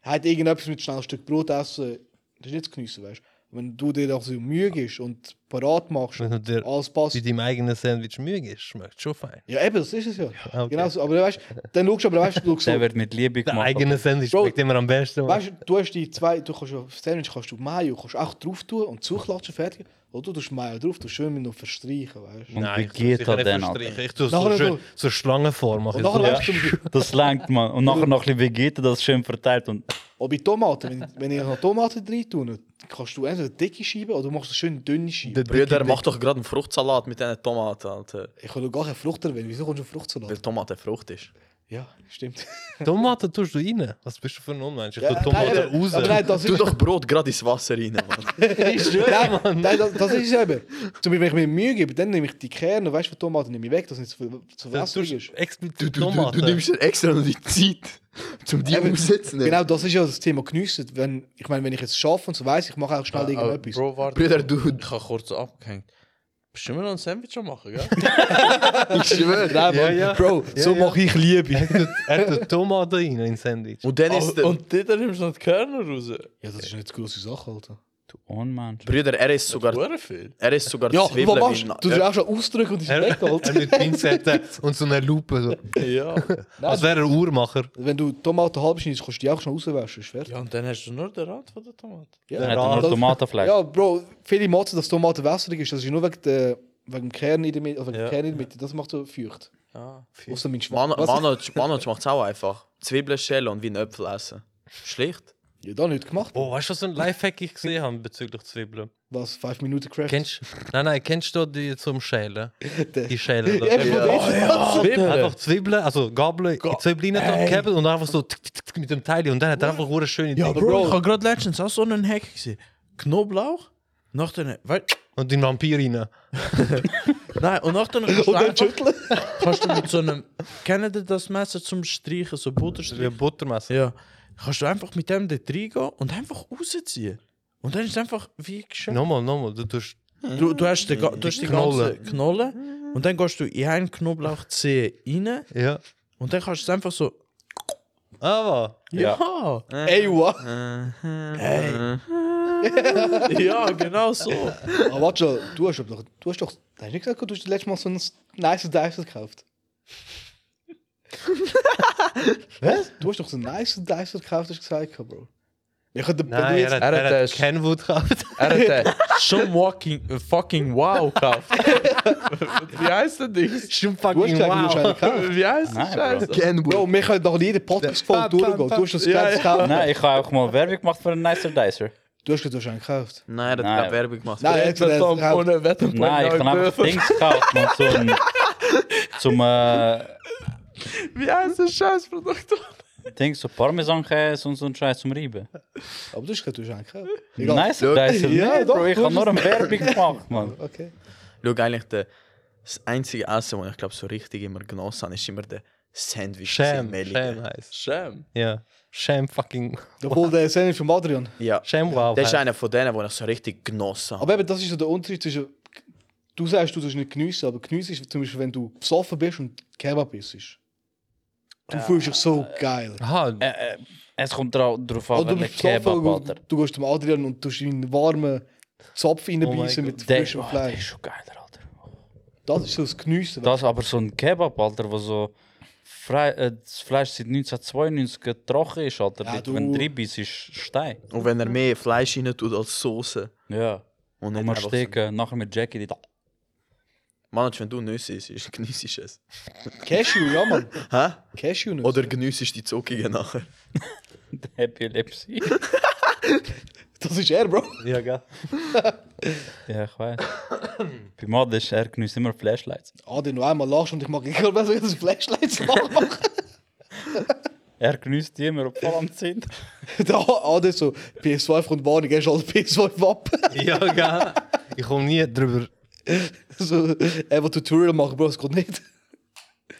S3: halt irgendetwas mit schnell ein Stück Brot essen, das ist nicht zu geniessen, weißt du? Wenn du dir auch so Mühe gibst und parat machst,
S2: Wenn du dir
S3: alles passt.
S2: bei deinem eigenen Sandwich Mühe gibst, schmeckt schon fein.
S3: Ja, eben, das ist es ja.
S2: Okay.
S3: Genau so. Aber weißt du, dann schaust du, aber weißt du, du, schaust
S4: Der
S3: so,
S4: wird mit Liebe
S2: Der
S4: gemacht.
S2: eigene Sandwich
S3: Bro,
S2: schmeckt immer am besten.
S3: weißt du, du hast die zwei, du kannst ja auf Sandwich kannst du Mayo kannst auch drauf tun und zuklatschen, fertig. Oder du tust Mayo drauf, du schön mit noch verstreichen, weißt du.
S4: Und
S2: Nein,
S4: wie
S2: ich
S4: geht
S2: sicher
S4: er
S2: nicht
S4: denn,
S2: verstreichen.
S4: Alter?
S2: Ich tue so
S3: Nachher
S2: schön,
S3: noch-
S2: so Schlangenform. mache
S3: Und
S2: ich
S3: nachher
S2: so.
S3: läufst du zum
S4: Das lenkt man. Und nachher noch ein bisschen Vegeta, das schön verteilt. Und
S3: Auch bei Tomaten, wenn, wenn ich noch Tomaten rein tue, kannst du entweder eine dicke Scheibe oder du machst eine schön dünne Scheibe.
S2: Der
S1: Brüder,
S2: dicke
S1: mach doch gerade einen Fruchtsalat mit diesen Tomaten, Alter.
S3: Ich kann doch gar keine Frucht erwähnen, wieso kommst du
S1: Weil
S3: Fruchtsalat?
S1: Tomate Frucht ist.
S3: Ja, stimmt.
S2: Tomaten tust du rein. Was bist du für ein Unmensch? Ich
S3: Ja,
S2: tue Tomaten
S3: nein,
S2: raus.
S3: Aber nein, das
S1: Tu
S3: ist,
S1: doch Brot gerade ins Wasser rein, Mann.
S3: nein, nein, das, das ist es eben. Zum Beispiel, wenn ich mir Mühe gebe, dann nehme ich die Kerne, weißt du, von Tomaten nehme ich weg, dass es nicht zu, ver- zu
S2: Du tust
S3: wässrig ist.
S1: Du,
S2: explizit
S1: du, du,
S2: Tomaten.
S1: du nimmst dir extra noch die Zeit, um die
S3: Eben,
S1: umzusetzen.
S3: Genau, das ist ja das Thema geniessen. Wenn, ich meine, wenn ich jetzt schaffe und so weiss, ich mache auch schnell
S5: Aber
S3: irgendetwas.
S5: Ah, Bro, warte.
S1: Brüder, du-
S5: Ich habe kurz abgehängt. Bestimmt noch ein Sandwich am machen, gell?
S1: Ich schwöre.
S3: Nein,
S2: Ja,
S3: Mann,
S2: ja.
S3: Bro, so
S2: ja.
S3: mache ich Liebe.
S2: Er tut- Er tut Tomaten rein in Sandwich.
S1: Ah, Und dann ist
S5: Aber-
S1: der,
S5: Und dort nimmst du noch die Körner raus.
S3: Ja, das ist nicht eine grosse Sache,
S4: du
S3: Alter.
S4: Unmensch.
S1: Brüder, er ist sogar,
S5: Hure viel.
S1: er ist sogar
S3: Ja,
S1: Zwiebeln
S3: was machst du?
S1: in-
S3: Du tust auch schon ausdrücken und ist
S2: Er,
S3: weg,
S2: er
S3: Alter.
S2: Äh, mit Pinzetten und so einer Lupe. So.
S5: Ja.
S2: Als wäre er Uhrmacher.
S3: Wenn du Tomaten halb schneidest, kannst du die auch schnell rauswaschen, ist fertig.
S5: Ja, und dann hast du nur den Rand von der Tomate.
S3: Ja,
S4: Er hat nur Tomatenfleisch.
S3: Ja, Bro, viele motzen, dass Tomaten wässrig ist. Das ist nur wegen, der, wegen dem Kern in der Mitte. Also wegen
S5: Ja.
S3: dem Kern in der Mitte. Das macht so feucht.
S5: Ja.
S3: Außer mein Schwamm.
S1: Mano-
S3: Was?
S1: Manoj Manoj macht's auch einfach. Zwiebeln schälen und wie ein Apfel essen. Schlicht.
S3: Ja, da nicht gemacht.
S2: Oh, weißt du, was für ein Lifehack ich gesehen habe bezüglich Zwiebeln?
S3: Was? 5 Minuten Craft?
S2: Kennst Nein, nein, kennst du die zum Schälen?
S3: eh.
S2: Die Schälen.
S3: Ja,
S2: da.
S3: Bro, das-
S2: Einfach Zwiebeln, also Gabeln, in Zwiebeln reingekippt und dann einfach so tick, tick, tick mit dem Teil. Und dann hat er einfach hure schöne
S5: Ja,
S2: Dinge.
S5: Bro, ich habe gerade letztens auch so einen Hack gesehen. Knoblauch, nach den... Weil,
S2: Und in Vampir rein.
S5: nein, und nach den... kannst du
S3: Und dann
S5: einfach-
S3: schütteln.
S5: Kannst du mit so einem... Kennt ihr das Messer zum Streichen,
S2: Wie
S5: so
S2: ein
S5: Butterstreichen?
S2: Buttermesser.
S5: Ja. Kannst du einfach mit dem dort reingehen und einfach rausziehen. Und dann ist es einfach wie geschehen.
S2: Nochmal, nochmal, du tust.
S5: Du, du hast die, ga- du hast die ganze
S2: Knollen.
S5: Knolle und dann gehst du in einen Knoblauch C rein
S2: Ja.
S5: und dann kannst du es einfach so.
S2: Aber.
S5: Ja.
S3: Ey, what?
S5: Ey. ja, genau so.
S3: Aber warte schon, du hast doch... Du hast doch... Hast du nicht gesagt, du hast das letzte Mal so ein nice Dicer gekauft? Was? Du hast doch so ein nice dus Dicer gekauft, hast du gesagt, Bro. Ich hätte
S2: Nein, er hat,
S5: Er hat
S2: er hat
S5: das-
S2: Kenwood gehabt.
S5: Er hat den schon walking, äh, fucking wow gekauft. wie heißt das Ding?
S2: Schon
S3: Du hast
S2: fucking
S3: gesagt, du hast einen gekauft.
S5: Wie heißt das
S4: Nein,
S5: Scheiße?
S3: Bro, wir können doch jeden Podcast-Folge durchgehen. Du hast das Ganze gekauft.
S4: Nein, ich habe auch mal Werbung gemacht für einen Nicer Dicer.
S3: Du hast das wahrscheinlich gekauft.
S1: Nein, er hat
S4: Nein.
S1: gerade Werbung gemacht.
S3: Nein, er hat gesagt, er hat-
S5: Ohne Wetterpunkt.
S4: Nein, ich habe einfach Dings gekauft. Man, so ein, zum äh,
S5: Wie heißt das Scheißprodukt?
S4: Dings, so Parmesankäse und so ein Scheiß zum Reiben.
S3: aber du hast gesagt, du hast einen gekauft. Egal.
S4: Nicer Dicer.
S3: Ja,
S4: Nee,
S3: doch,
S4: Bro, ich
S3: du
S4: habe
S3: hast
S4: nur eine Werbung gemacht, man.
S3: Okay.
S1: Schau, eigentlich der, das einzige Essen, das ich glaube so richtig immer genossen habe, ist immer der Sandwich.
S2: Sham,
S1: Melli.
S2: Sham heißt.
S5: Schäm.
S2: Ja. Sham fucking.
S3: Obwohl der Sendung von Adrian.
S1: Ja.
S2: Sham
S4: Oh,
S2: wow.
S1: Das ist
S2: heißt.
S1: einer von denen, wo ich so richtig genossen habe.
S3: Aber eben, das ist so der Unterschied zwischen. Du sagst, du tust nicht geniessen, aber geniessen ist zum Beispiel, wenn du besoffen bist und Kebab isst. Du fühlst dich so geil.
S2: Aha,
S4: Äh, äh, es kommt dra- drauf an,
S3: Oder
S4: wenn
S3: du
S4: der
S3: bist besoffen
S4: Kebab,
S3: und
S4: Alter. Oh
S3: du gehst zum Adrian und tust ihn einen warmen Zopf reinbeißen
S2: mein
S3: mit
S4: Der,
S3: frischem
S4: oh, der ist
S3: Fleisch.
S4: schon geiler, Alter.
S3: Das ist so das Geniessen.
S4: Das aber so ein Kebab, Alter, wo so frei, äh, das Fleisch seit 1992 getrocknet ist, Alter.
S3: Ja,
S4: Dort,
S3: du-
S4: Wenn du reinbeißt, ist Stein.
S1: Und wenn er mehr Fleisch rein tut als Soße.
S4: Ja.
S1: Und nicht
S4: Nochmal
S1: einfach so.
S4: stecken, nachher mit Jackie. Die
S1: Manoj, wenn du Nüsse isst, geniessest es.
S3: Cashew, ja, Mann.
S1: Hä?
S3: Cashew nicht.
S1: Oder geniessest die Zuckigen nachher.
S4: Epilepsie.
S3: Das ist er, Bro.
S2: Ja, gell.
S4: Ja, ich weiß. Bei Mod ist er genießt immer Flashlights.
S3: Adi, noch einmal lachst und ich mag egal, was ich das Flashlight nachmache.
S4: Er genießt die immer, obwohl am sind.
S3: Der Adi so, PS5 kommt Warnung, er ist als PS5 ab.
S2: Ja, gell. Ich komme nie drüber.
S3: so, er will Tutorial machen, Bro, das geht nicht.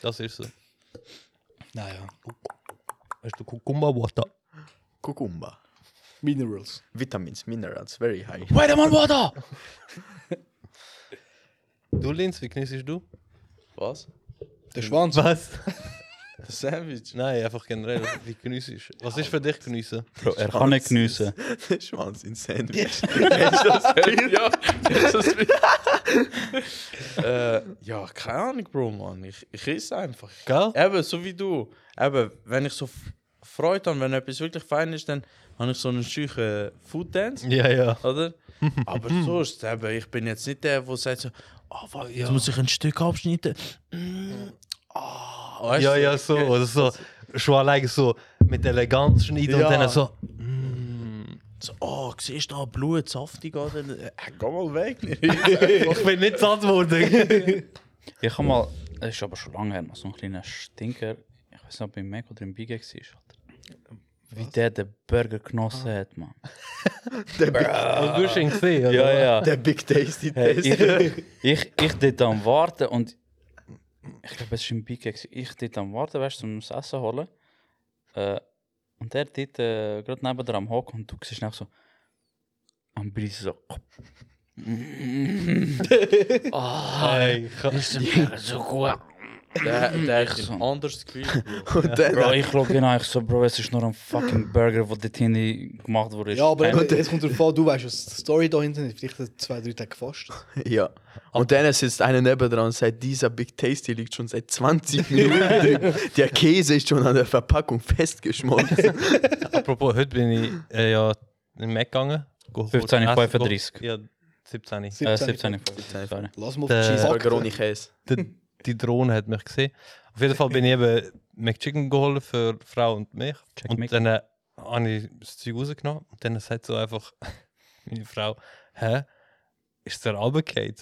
S2: Das ist so.
S3: Naja.
S2: Hast du Kukumba Water?
S1: Kukumba.
S3: Minerals.
S1: Vitamins, Minerals, very high.
S6: Wait a minute, Water!
S2: Du, Linz, wie genießt du?
S5: Was?
S3: Der Schwanz.
S2: Was?
S5: Das Sandwich?
S2: Nein, einfach generell. Wie genießt du? Was ist für dich genießen?
S4: Bro, er kann nicht geniessen.
S1: Schwanz in Sandwich.
S5: äh, ja, keine Ahnung, Bro, Mann. Ich, ich esse einfach.
S2: Gell?
S5: Eben, so wie du. Eben, wenn ich so f- Freude habe, wenn etwas wirklich fein ist, dann habe ich so einen schüchen Food Dance, Ah,
S2: Ja, ja.
S5: oder? Aber sonst, eben, ich bin jetzt nicht der, der sagt so, oh, wa- jetzt muss ich ein Stück abschneiden. Mm. Ah, weißt
S2: Ja,
S5: du?
S2: ja, so. Oder so. Schon allein so mit Eleganz schneiden
S5: Ja.
S2: und dann so.
S5: So, oh, siehst du da Blut, saftig, oder? Äh, geh mal weg.
S2: Ich bin nicht satt worden.
S4: Ich habe mal, das ist aber schon lange her, mal so einen kleinen Stinker. Ich weiß nicht, ob im Mac oder im Big Egg war. Alter. Wie der den Burger genossen hat, man.
S2: Und du hast ihn gesehen, oder?
S4: Ah. Ja, ja.
S1: Der Big Tasty
S4: Hey,
S1: Test.
S4: ich, ich, ich dort am Warten und ich glaube, es war im Big Egg. Ich dort am Warten, weißt du, zum das Essen holen. Äh, und der dort äh, gerade neben dir am Hocken und du siehst nach so am Brise so.
S2: Hey, ich kann-
S6: Ist mir so gut.
S5: Der, der hat
S4: So.
S5: ein anderes Gefühl. Bro.
S1: Und dann,
S4: Bro, ich schaue ihn eigentlich so, Bro, es ist nur ein fucking Burger, der dort hinten gemacht wurde.
S3: Ja, aber
S4: Kein-
S3: eben, jetzt kommt der Fall, du weißt, was die Story da hinten ist. Vielleicht hat er zwei, drei Tage gefasst.
S2: Äh,
S1: ja. Und dann sitzt einer neben dran und sagt, dieser Big Tasty liegt schon seit 20 Minuten drin. Der Käse ist schon an der Verpackung festgeschmolzen.
S2: Apropos, heute bin ich äh, ja in Mac gegangen. Go-
S4: 15,
S2: essen,
S4: 35.
S2: go- Ja, 17.
S4: Äh,
S3: 17.
S4: 17 Sorry.
S3: Lass mal auf
S2: Der-
S3: die
S1: Burger ohne
S3: Fakten.
S1: Käse.
S2: Die, die Drohne hat mich gesehen. Auf jeden Fall bin ich eben McChicken geholt für Frau und mich.
S4: Check
S2: und
S4: Mick.
S2: dann äh, habe ich das Zeug rausgenommen. Und dann sagt so einfach meine Frau, hä, ist der runtergefallen?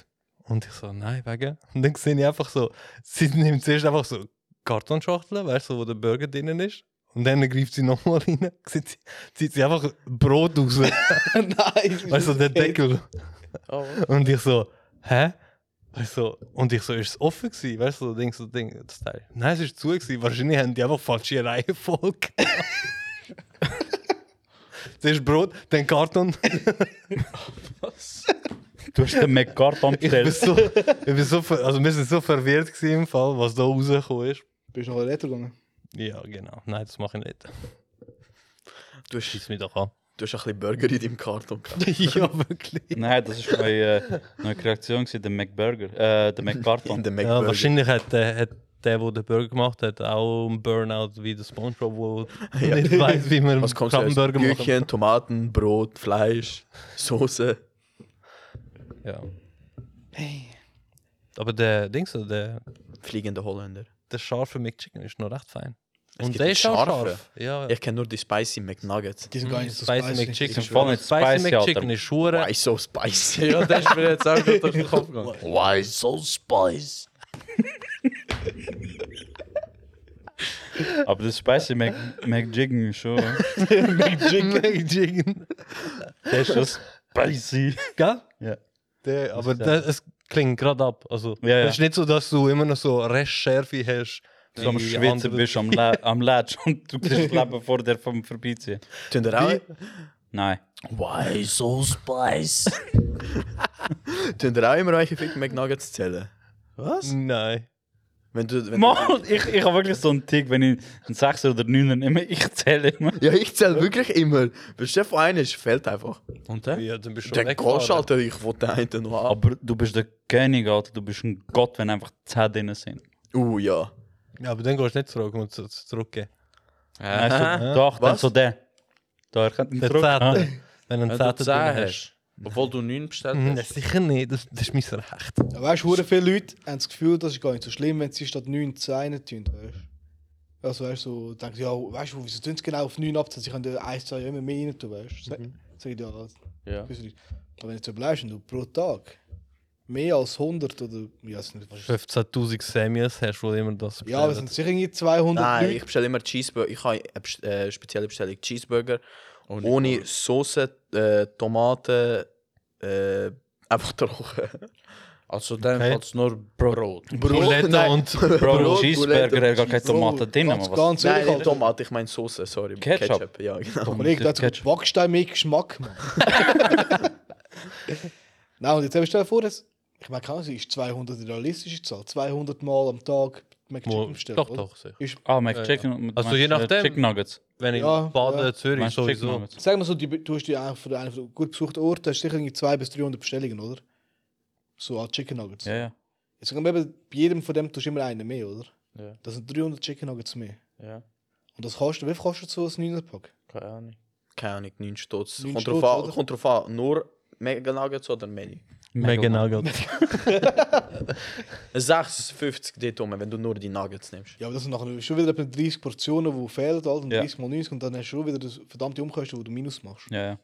S2: Und ich so, nein, wegen. Und dann sehe ich einfach so, sie nimmt zuerst einfach so Kartonschachteln, weißt du, wo der Burger drinnen ist. Und dann greift sie nochmal rein, zieht sie, zieht sie einfach Brot raus.
S3: Nein.
S2: Weißt du, der Deckel.
S5: Oh.
S2: Und ich so, hä? Weißt du, und ich so, ist es offen gewesen? Weißt du, so Ding, so Ding, das Teil. Nein, es ist zu gewesen. Wahrscheinlich haben die einfach falsche Reihenfolge. Zuerst Brot, dann Karton.
S4: Du hast den McCarton
S2: Ich bin
S4: bestellt.
S2: so, ich bin so, ver- also wir sind so verwirrt gewesen im Fall, was da rausgekommen ist.
S3: Bist du noch Retter gegangen?
S2: Ja, genau. Nein, das mache ich nicht.
S1: Du hast,
S2: Schieß mich doch an.
S1: du hast ein bisschen Burger in deinem Karton gehabt.
S2: ja, wirklich.
S4: Nein, das war meine, äh, neue Kreation, gewesen, der McBurger, äh, der
S1: In
S4: McCarton.
S1: der
S2: Ja,
S1: McBurger.
S2: wahrscheinlich hat, der- hat der, der den Burger gemacht hat, auch einen Burnout wie der Spongebob, wo
S1: Ja.
S2: nicht weiß, wie man
S1: Was kommt zuerst?
S2: Krabbenburger macht.
S1: Gürkchen, Tomaten, Brot, Fleisch, Soße.
S2: Ja. Aber der Dings, so, der,
S1: Fliegende Holländer.
S2: der scharfe McChicken ist noch recht fein.
S1: Es
S2: Und
S1: gibt
S2: der
S1: den
S2: ist auch
S1: scharfen.
S2: scharf. Ja, ja.
S1: Ich kenne nur die Spicy McNuggets.
S3: Die sind gar nicht so
S2: Spicy
S3: spicy.
S2: McChicken.
S4: voll nicht
S2: Spicy
S4: spicy, Alter.
S2: McChicken ist schure.
S1: Why so spicy?
S5: Ja, der ist mir jetzt auch gerade durch den Kopf gegangen.
S1: Why so spicy?
S4: Aber das Spicy Mac, McJiggen ist schon.
S2: McChicken.
S4: Der ist schon spicy.
S2: Gell?
S4: Ja.
S2: Der, aber das, es klingt gerade ab. Also,
S4: Ja, ja.
S2: Es ist nicht so, dass du immer noch so Restschärfe hast.
S4: Du am
S2: wie
S4: Schwitzen
S2: andere-
S4: bist, am, La am Latsch und du siehst das Leben vor dir vom Vorbeiziehen.
S1: Tun der auch,
S4: Nein.
S5: Why so spicy?
S1: tun der auch immer euch Fick McNuggets zählen?
S5: Was?
S2: Nein.
S1: Wenn du, wenn
S4: Mann, ich, ich habe wirklich so einen Tick, wenn ich einen 6 oder 9 nehme, ich zähle immer.
S1: ja, ich zähle wirklich immer. Wenn Chef von einer ist, fällt einfach.
S5: Und der?
S2: Ja, dann bist du schon
S1: Der
S2: weggefahren.
S1: Gosch, Alter, ich wollte den einen noch ab.
S4: Aber du bist der König, Alter. Du bist ein Gott, wenn einfach 10 drin sind.
S1: Uh, ja.
S2: Ja, aber dann gehst du nicht zurück und zu- zu- zurückgeben.
S4: Nein, so, doch, dann
S1: Was?
S4: so der. Da, er könnte ihn
S2: Der
S4: zurück-
S2: Zehnte.
S4: Ah.
S2: Wenn du
S5: Wenn
S2: einen
S5: du
S2: Zehnten
S5: 10
S2: drin hast.
S5: hast, obwohl du 9 bestellt
S2: Mhm,
S5: hast.
S2: Sicher nicht, das, das ist mein Recht.
S3: Ja, weißt du, hure viele Leute haben das Gefühl, das ist gar nicht so schlimm, wenn sie statt 9 zu 1 tun. weißt du? Also weißt du, so, denkst du, ja, weißt du, wieso tun sie genau auf 9 absetzen? Sie können 1, 2 immer mehr rein tun, weißt du? Mhm. Sag ich dir, ja,
S1: Ja.
S3: weißt du, aber wenn du so bleibst und du pro Tag mehr als 100 oder, ja, es sind, was ist-
S2: 15.000 Samuels hast, wo immer das
S3: ja, aber es
S2: bestellt.
S3: sind sicher irgendwie 200
S1: Nein, ich
S3: Leute.
S1: bestelle immer Cheeseburger. Ich habe eine best- äh, spezielle Bestellung Cheeseburger
S5: Ohne
S1: ohne, Soße, äh, Tomaten, äh, einfach trocken.
S5: Also dann
S2: Okay.
S5: hat's nur Brot.
S2: Bulette
S1: nein.
S2: und
S4: Bro,
S1: Brot,
S4: Cheeseburger,
S1: Bulette.
S4: hat gar keine Tomaten drin.
S3: Oh, Ganz,
S4: aber was-
S3: ganz
S1: Nein,
S3: ehrlich,
S1: nicht
S3: Alter.
S1: Tomate, ich meine Soße, sorry.
S4: Ketchup.
S1: ja, genau.
S3: Kollege, das hat Backstein mehr Geschmack, Mann. Nein, und jetzt stell dir vor, dass, ich meine, keine Ahnung, ist 200 eine realistische Zahl? 200 Mal am Tag McChicken bestellen,
S2: Doch,
S3: oder?
S2: doch, sicher.
S3: Ist,
S4: Ah,
S2: Ja,
S4: McChicken und
S2: Also je
S4: meinst, äh,
S2: nachdem.
S4: Chicken Nuggets.
S2: Wenn ich
S3: Ja,
S2: bade,
S3: ja.
S2: Zürich
S4: Meinst du Chicken
S2: sowieso.
S4: Nuggets?
S3: Sag mal so, du, du hast ja von einem von den gut besuchten Ort, hast du sicher irgendwie 200 bis 300 Bestellungen, oder? So an Chicken Nuggets.
S4: Ja, ja.
S3: Jetzt kommt eben, bei jedem von dem tust du immer einen mehr, oder?
S5: Ja.
S3: Das sind 300 Chicken Nuggets mehr.
S5: Ja,
S3: Und das kostet, wie viel kostet so ein 9er-Pack?
S5: keine Ahnung.
S1: Keine Ahnung, 9 Stutz.
S3: Neun
S1: Kommt
S3: Stutz,
S1: drauf an,
S3: oder?
S1: kommt drauf an, nur Mega Nuggets oder Mini?
S2: Mega
S4: Nuggets.
S2: Nuggets.
S1: 6,50 dort rum, wenn du nur die Nuggets nimmst.
S3: Ja, aber das sind nachher schon wieder etwa 30 Portionen, die fehlen, Alter, und
S4: Ja.
S3: 30 mal 90 und dann hast du schon wieder das verdammte Umkosten, wo du Minus machst.
S4: Ja, ja.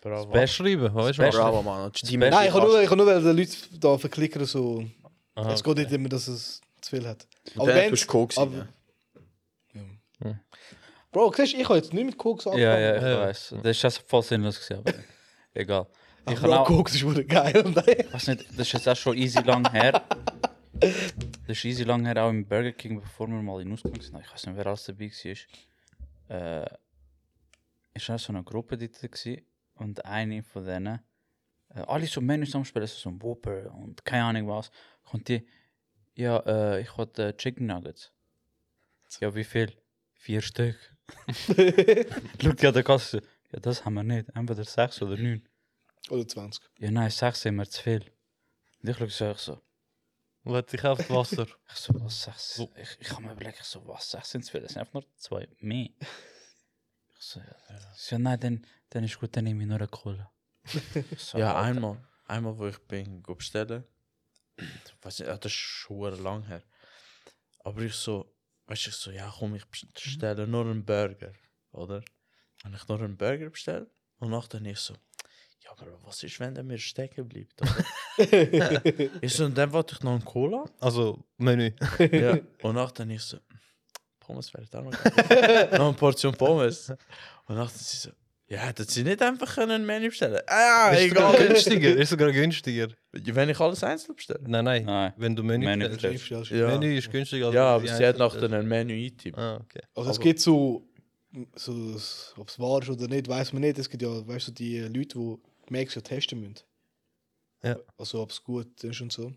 S5: Bravo.
S2: Bestschreiben, weißt du?
S1: Bravo, Mann. Die
S4: Beste-
S3: Nein, ich kann nur, ich kann nur weil den Leuten da verklickern, so.
S2: Aha,
S3: es geht nicht immer, dass es zu viel hat.
S1: Aber dann
S3: wenn's-
S1: tust du Koks
S3: aber-
S1: rein.
S3: Ja. Bro, siehst du, ich habe jetzt nicht mit Koks angefangen.
S4: Ja, ja, ich
S2: Ja.
S4: weiß. Das war voll sinnlos, gewesen, aber egal. nou Ich
S3: Ich
S4: kann auch,
S3: Koks ist wurde geil. Nein.
S4: weiß nicht, das ist jetzt auch schon easy lang her. Das ist easy lang her auch im Burger King, bevor wir mal in Ausgang sind. Ich weiß nicht, wer alles dabei war. Äh, ich war so eine Gruppe dort gewesen, und eine von denen, äh, alle so Menüs am Spielen, so ein Whopper und keine Ahnung was. Kommt die, ja, äh, ich wollte äh, Chicken Nuggets. Ja, wie viel? Vier Stück. Schaut ja an der Kasse. Ja, das haben wir nicht. Entweder sechs oder neun.
S3: Oder 20.
S4: Ja, nein, sechs sind mir zu viel. Und ich schaue so, ich so,
S2: Lädt sich auf das Wasser.
S4: ich so, was sechs?
S2: So.
S4: Ich, ich kann mir überlegen, ich so, was sechs sind zu viel? Das sind einfach nur zwei mehr. Ich so, ja, so, nein, dann, dann ist gut, dann nehme ich nur eine Cola. Ich so,
S5: Ja,
S4: Alter.
S5: einmal. Einmal, wo ich bin, go bestellen. Weiß nicht, ah, das ist schon lang her. Aber ich so, weißt du, ich so, ja komm, ich bestelle nur einen Burger, oder? Und ich nur einen Burger bestelle und nachher ich so, ja, aber was ist, wenn der mir stecken bleibt? oder? ich so, und dann wollte ich noch einen Cola.
S2: Also, Menü.
S5: ja. Und nachher ich so, Pommes wäre da noch geil. Noch eine Portion Pommes. Und nachher sie so, ja, hätten sie nicht einfach einen Menü bestellen? Ah,
S2: ist sogar
S5: egal.
S2: günstiger. Ist sogar günstiger.
S5: Wenn ich alles einzeln bestelle.
S2: Nein, nein.
S4: Nein.
S2: Wenn du Menü
S4: Ah, Menü
S2: bestellst.
S4: bestellst.
S3: Schreibst du, ja.
S5: Ja,
S2: Menü ist günstiger als
S5: ja
S2: wenn
S5: aber
S2: du
S5: sie
S2: einzeln
S5: hat nachher einen Menü eingetippt.
S2: bestellst. Ah, okay.
S3: Also es
S5: Aber-
S3: gibt so, so ob es wahr ist oder nicht, weiß man nicht. Es gibt ja, weißt du, die Leute, die Max ja testen müssen.
S2: Ja.
S3: Also ob es gut ist und so.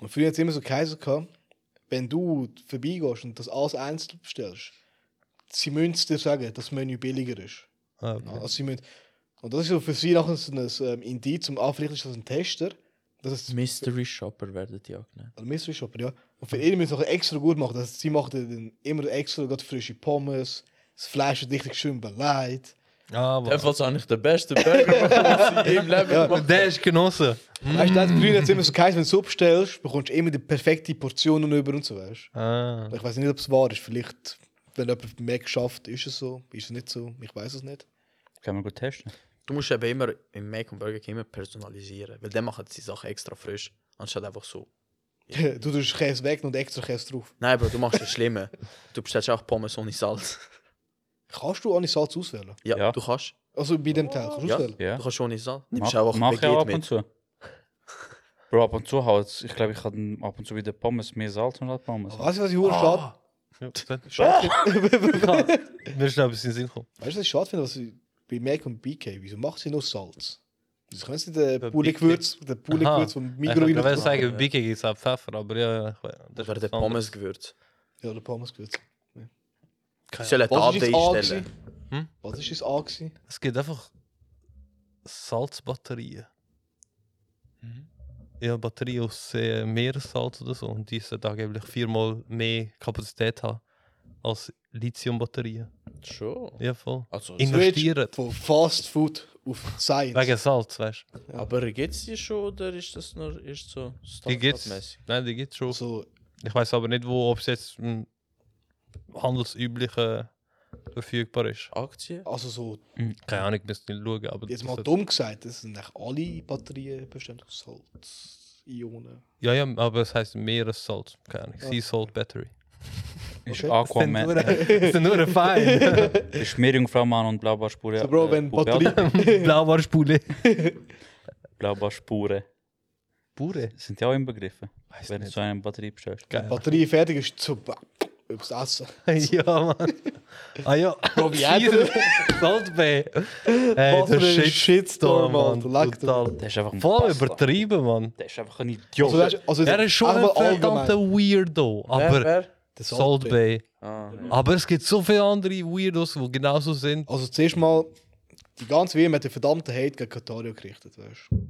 S3: Und früher hat es immer so geheißen, gehabt, wenn du vorbeigehst und das alles einzeln bestellst, sie müssen es dir sagen, dass das Menü billiger ist.
S2: Ah, okay.
S3: Also sie müssen, und das ist so für sie nachher so ein ähm, Indiz, um, ah, vielleicht ist das ein Tester, dass es
S5: Mystery Shopper werden die auch genannt.
S3: Oder Mystery Shopper, ja. Und für ihn müssen sie auch extra gut machen. Also, sie machen dann immer extra gerade frische Pommes, das Fleisch wird richtig schön beleidigt.
S2: Ah,
S5: In dem
S2: was?
S5: Fall habe ich den besten Burger, bekommen, den sie im Leben
S3: Ja.
S5: gemacht
S2: Der ist genossen.
S3: Weißt du, das früher hat immer so geheißen, wenn du so bestellst, bekommst du immer die perfekte Portion und über und so, weißt
S2: Ah.
S3: du. Ich weiß nicht, ob es wahr ist. Vielleicht, wenn jemand mehr schafft, ist es so, ist es nicht so, ich weiß es nicht.
S4: Können wir gut testen.
S1: Du musst eben immer im Mac und Burger King immer personalisieren, weil dann machen sie die Sachen extra frisch, anstatt einfach so.
S3: du tust Käse weg und extra Käse drauf.
S1: Nein, Bro, du machst das Schlimme. Du bestellst auch Pommes ohne Salz.
S3: Kannst du ohne Salz auswählen?
S1: Ja,
S4: Ja.
S1: du kannst.
S3: Also bei dem Teil, kannst du
S1: Ja.
S3: auswählen?
S4: Ja.
S1: Du kannst ohne Salz. Nimmst
S4: Mach,
S1: auch
S4: mach
S1: einfach
S4: ich auch ab
S1: Baguette
S4: und
S1: mit.
S4: zu. Bro, ab und zu halt. Ich glaube, ich hatte ab und zu wieder Pommes, mehr Salz und halt Pommes.
S3: Aber weißt du, was ich hure schade
S2: Ja, dann-
S3: schade
S2: Mir ist noch ein bisschen Sinn gekommen.
S3: Weißt du, was ich schade finde, was sie bei Mac und BK, wieso macht sie nur Salz? Wieso können sie den
S2: Bei
S3: Poulet-Gewürz, den Poulet-Gewürz vom
S2: Ich
S3: Migros
S2: würde
S3: rein
S2: sagen, Biggie gibt es auch Pfeffer, aber ja, ich weiß. das ist
S1: Oder der
S2: was anderes.
S1: Pommes gewürzt.
S3: Ja, oder Pommes-Gewürz.
S1: Ich soll ein
S3: Was ist
S1: Update
S3: dein A
S1: einstellen.
S3: gewesen?
S2: Hm?
S3: Was ist dein A gewesen?
S2: Es gibt einfach Salzbatterien. Ja, Batterien aus äh, Meersalz oder so. Und die sollten angeblich viermal mehr Kapazität haben als Lithium-Batterien.
S5: Schon.
S2: Ja, voll.
S5: Also,
S2: Investieren.
S3: Von Fast Food auf Science.
S2: Wegen Salz, weißt du.
S5: aber gibt es die schon oder ist das nur erst so
S2: Die gibt's.
S5: Startup-mäßig?
S2: Nein, die gibt's schon.
S3: so,
S2: Ich weiß aber nicht, wo, ob es jetzt. mm, handelsüblichen äh, verfügbar ist.
S5: Aktien?
S3: Also so,
S2: Keine Ahnung, ich müsste nicht schauen. Aber
S3: jetzt
S2: das
S3: mal
S2: hat-
S3: dumm gesagt, das sind eigentlich alle Batterien bestimmt aus Holz, Ionen.
S2: Ja, ja, aber es heißt Meeressalz. Keine Ahnung. Sea Salt Battery.
S4: Ist
S3: Okay.
S2: nur,
S4: Aquaman, äh,
S2: das sind nur ein Feind.
S4: ist Meerjungfraumann und Blaubarspure.
S3: So, Bro,
S4: äh,
S3: wenn
S4: Bubel-
S3: Batterie...
S2: Blaubarspule.
S4: Blaubarspure
S2: Bure.
S4: sind ja auch inbegriffen,
S2: Weiß
S4: wenn du
S2: nicht.
S4: so einen Batterie bestellst.
S2: Geil.
S3: Batterie fertig ist, zu übers Essen.
S2: ja, Mann. Ah ja. Jesus, Salt Bay. Hey,
S3: Was für
S2: der
S3: ein
S2: Shitstorm,
S3: Shitstorm,
S2: Mann.
S3: Alter. Leck
S2: Total.
S4: Der ist einfach ein
S2: Voll
S4: Bastard.
S2: übertrieben, Mann.
S4: Der ist einfach ein
S3: Also,
S4: Idiot.
S3: weißt du, also,
S2: Er ist schon ein
S3: einfach
S2: verdammter
S3: allgemein.
S2: Weirdo.
S5: Wer,
S2: Aber
S5: wer?
S3: Der Salt
S2: Salt
S3: Bay.
S2: Bay.
S5: Ah, ja.
S2: Aber es gibt so viele andere Weirdos, die genauso sind.
S3: Also zuerst mal, die ganze WM hat den verdammten Hate gegen Katario gerichtet, weißt du.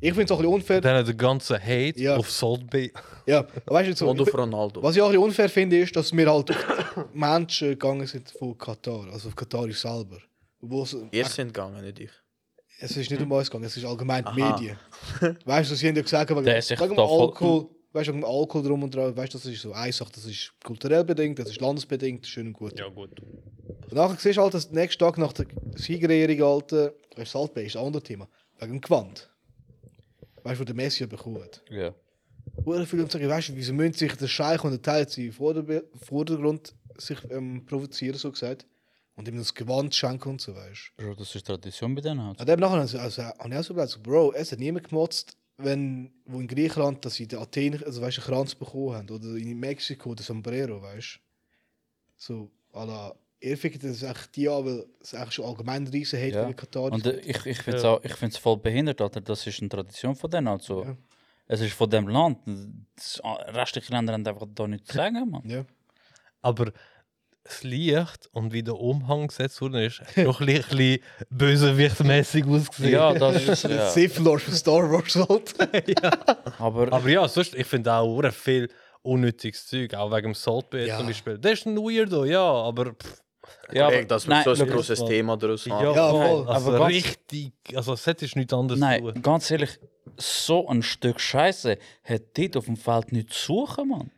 S3: Ich finde es auch ein bisschen unfair.
S2: Dann der ganze Hate
S3: Ja.
S2: auf Salt Bay.
S3: Ja, aber weißt du, so,
S1: Und
S3: ich
S1: auf
S3: fi-
S1: Ronaldo.
S3: was ich auch ein bisschen unfair finde, ist, dass wir halt auf die Menschen gegangen sind von Katar, also auf Katar selber. Obwohl es,
S1: Ihr sind gegangen, nicht ich.
S3: es ist nicht um uns gegangen, es ist allgemein die
S1: Aha.
S3: Medien. Weißt du, sie haben ja gesagt, wegen,
S4: Der ist echt
S3: wegen dem
S4: da voll-
S3: Alkohol, weißt du, wegen dem Alkohol drum und dran, weißt du, das ist so eine Sache, das ist kulturell bedingt, das ist landesbedingt, schön und gut.
S2: gut.
S3: Und nachher siehst du halt, dass nächsten Tag nach der Siegerehrung, Alter, weißt du, Salzburg ist ein anderes Thema. Wegen dem Gewand. Weißt du, wo der Messi ja bekommen hat.
S4: Ja.
S3: Oder viele Leute sagen, weißt du, wieso müssen sich der Scheich und der Teil sich vor der Vordergrund sich ähm, provozieren, so gesagt. Und ihm das Gewand schenken und so, weißt
S4: Bro, das ist Tradition bei denen halt.
S3: du. Und dann nachher also, also, habe ich auch so gedacht, so, Bro, es hat niemand gemotzt, wenn, wo in Griechenland, dass sie den Athen, also weißt du, einen Kranz bekommen haben. Oder in Mexiko, den Sombrero, weißt du. So, à la, ihr fickt das echt die an, weil es eigentlich schon allgemein riesen Hate
S4: Ja.
S3: gegen Katar
S4: Und
S3: ist.
S4: äh, ich, ich finde es
S2: Ja.
S4: auch, ich find's voll behindert, Alter. Das ist eine Tradition von denen halt so.
S3: Ja.
S4: Es ist von dem Land. Das restliche Länder haben einfach da nichts zu sagen, Mann.
S3: Ja.
S2: Aber das Licht und wie der Umhang gesetzt wurde, ist hat doch ein bisschen bösewichtmäßig ausgesehen.
S4: Ja, das ist
S3: So der
S4: ja.
S3: Sith Lord von Star Wars halt.
S4: Aber,
S2: Aber ja, sonst, ich finde auch hure viel unnötiges Zeug, auch wegen dem Salt Bay
S3: Ja.
S2: zum Beispiel. Das ist ein Weirdo, ja, aber pff,
S4: ja, aber
S1: Ey, dass wir
S4: nein,
S1: so ein
S4: look,
S1: großes
S2: mal.
S1: Thema daraus
S2: ja,
S1: haben.
S3: Ah, voll.
S2: voll. Also
S4: Aber ganz-
S2: richtig, also es hätte nichts anderes zu
S4: nein,
S2: tun.
S4: ganz ehrlich, so ein Stück um Scheiße hat dort auf dem Feld nichts zu suchen, Mann.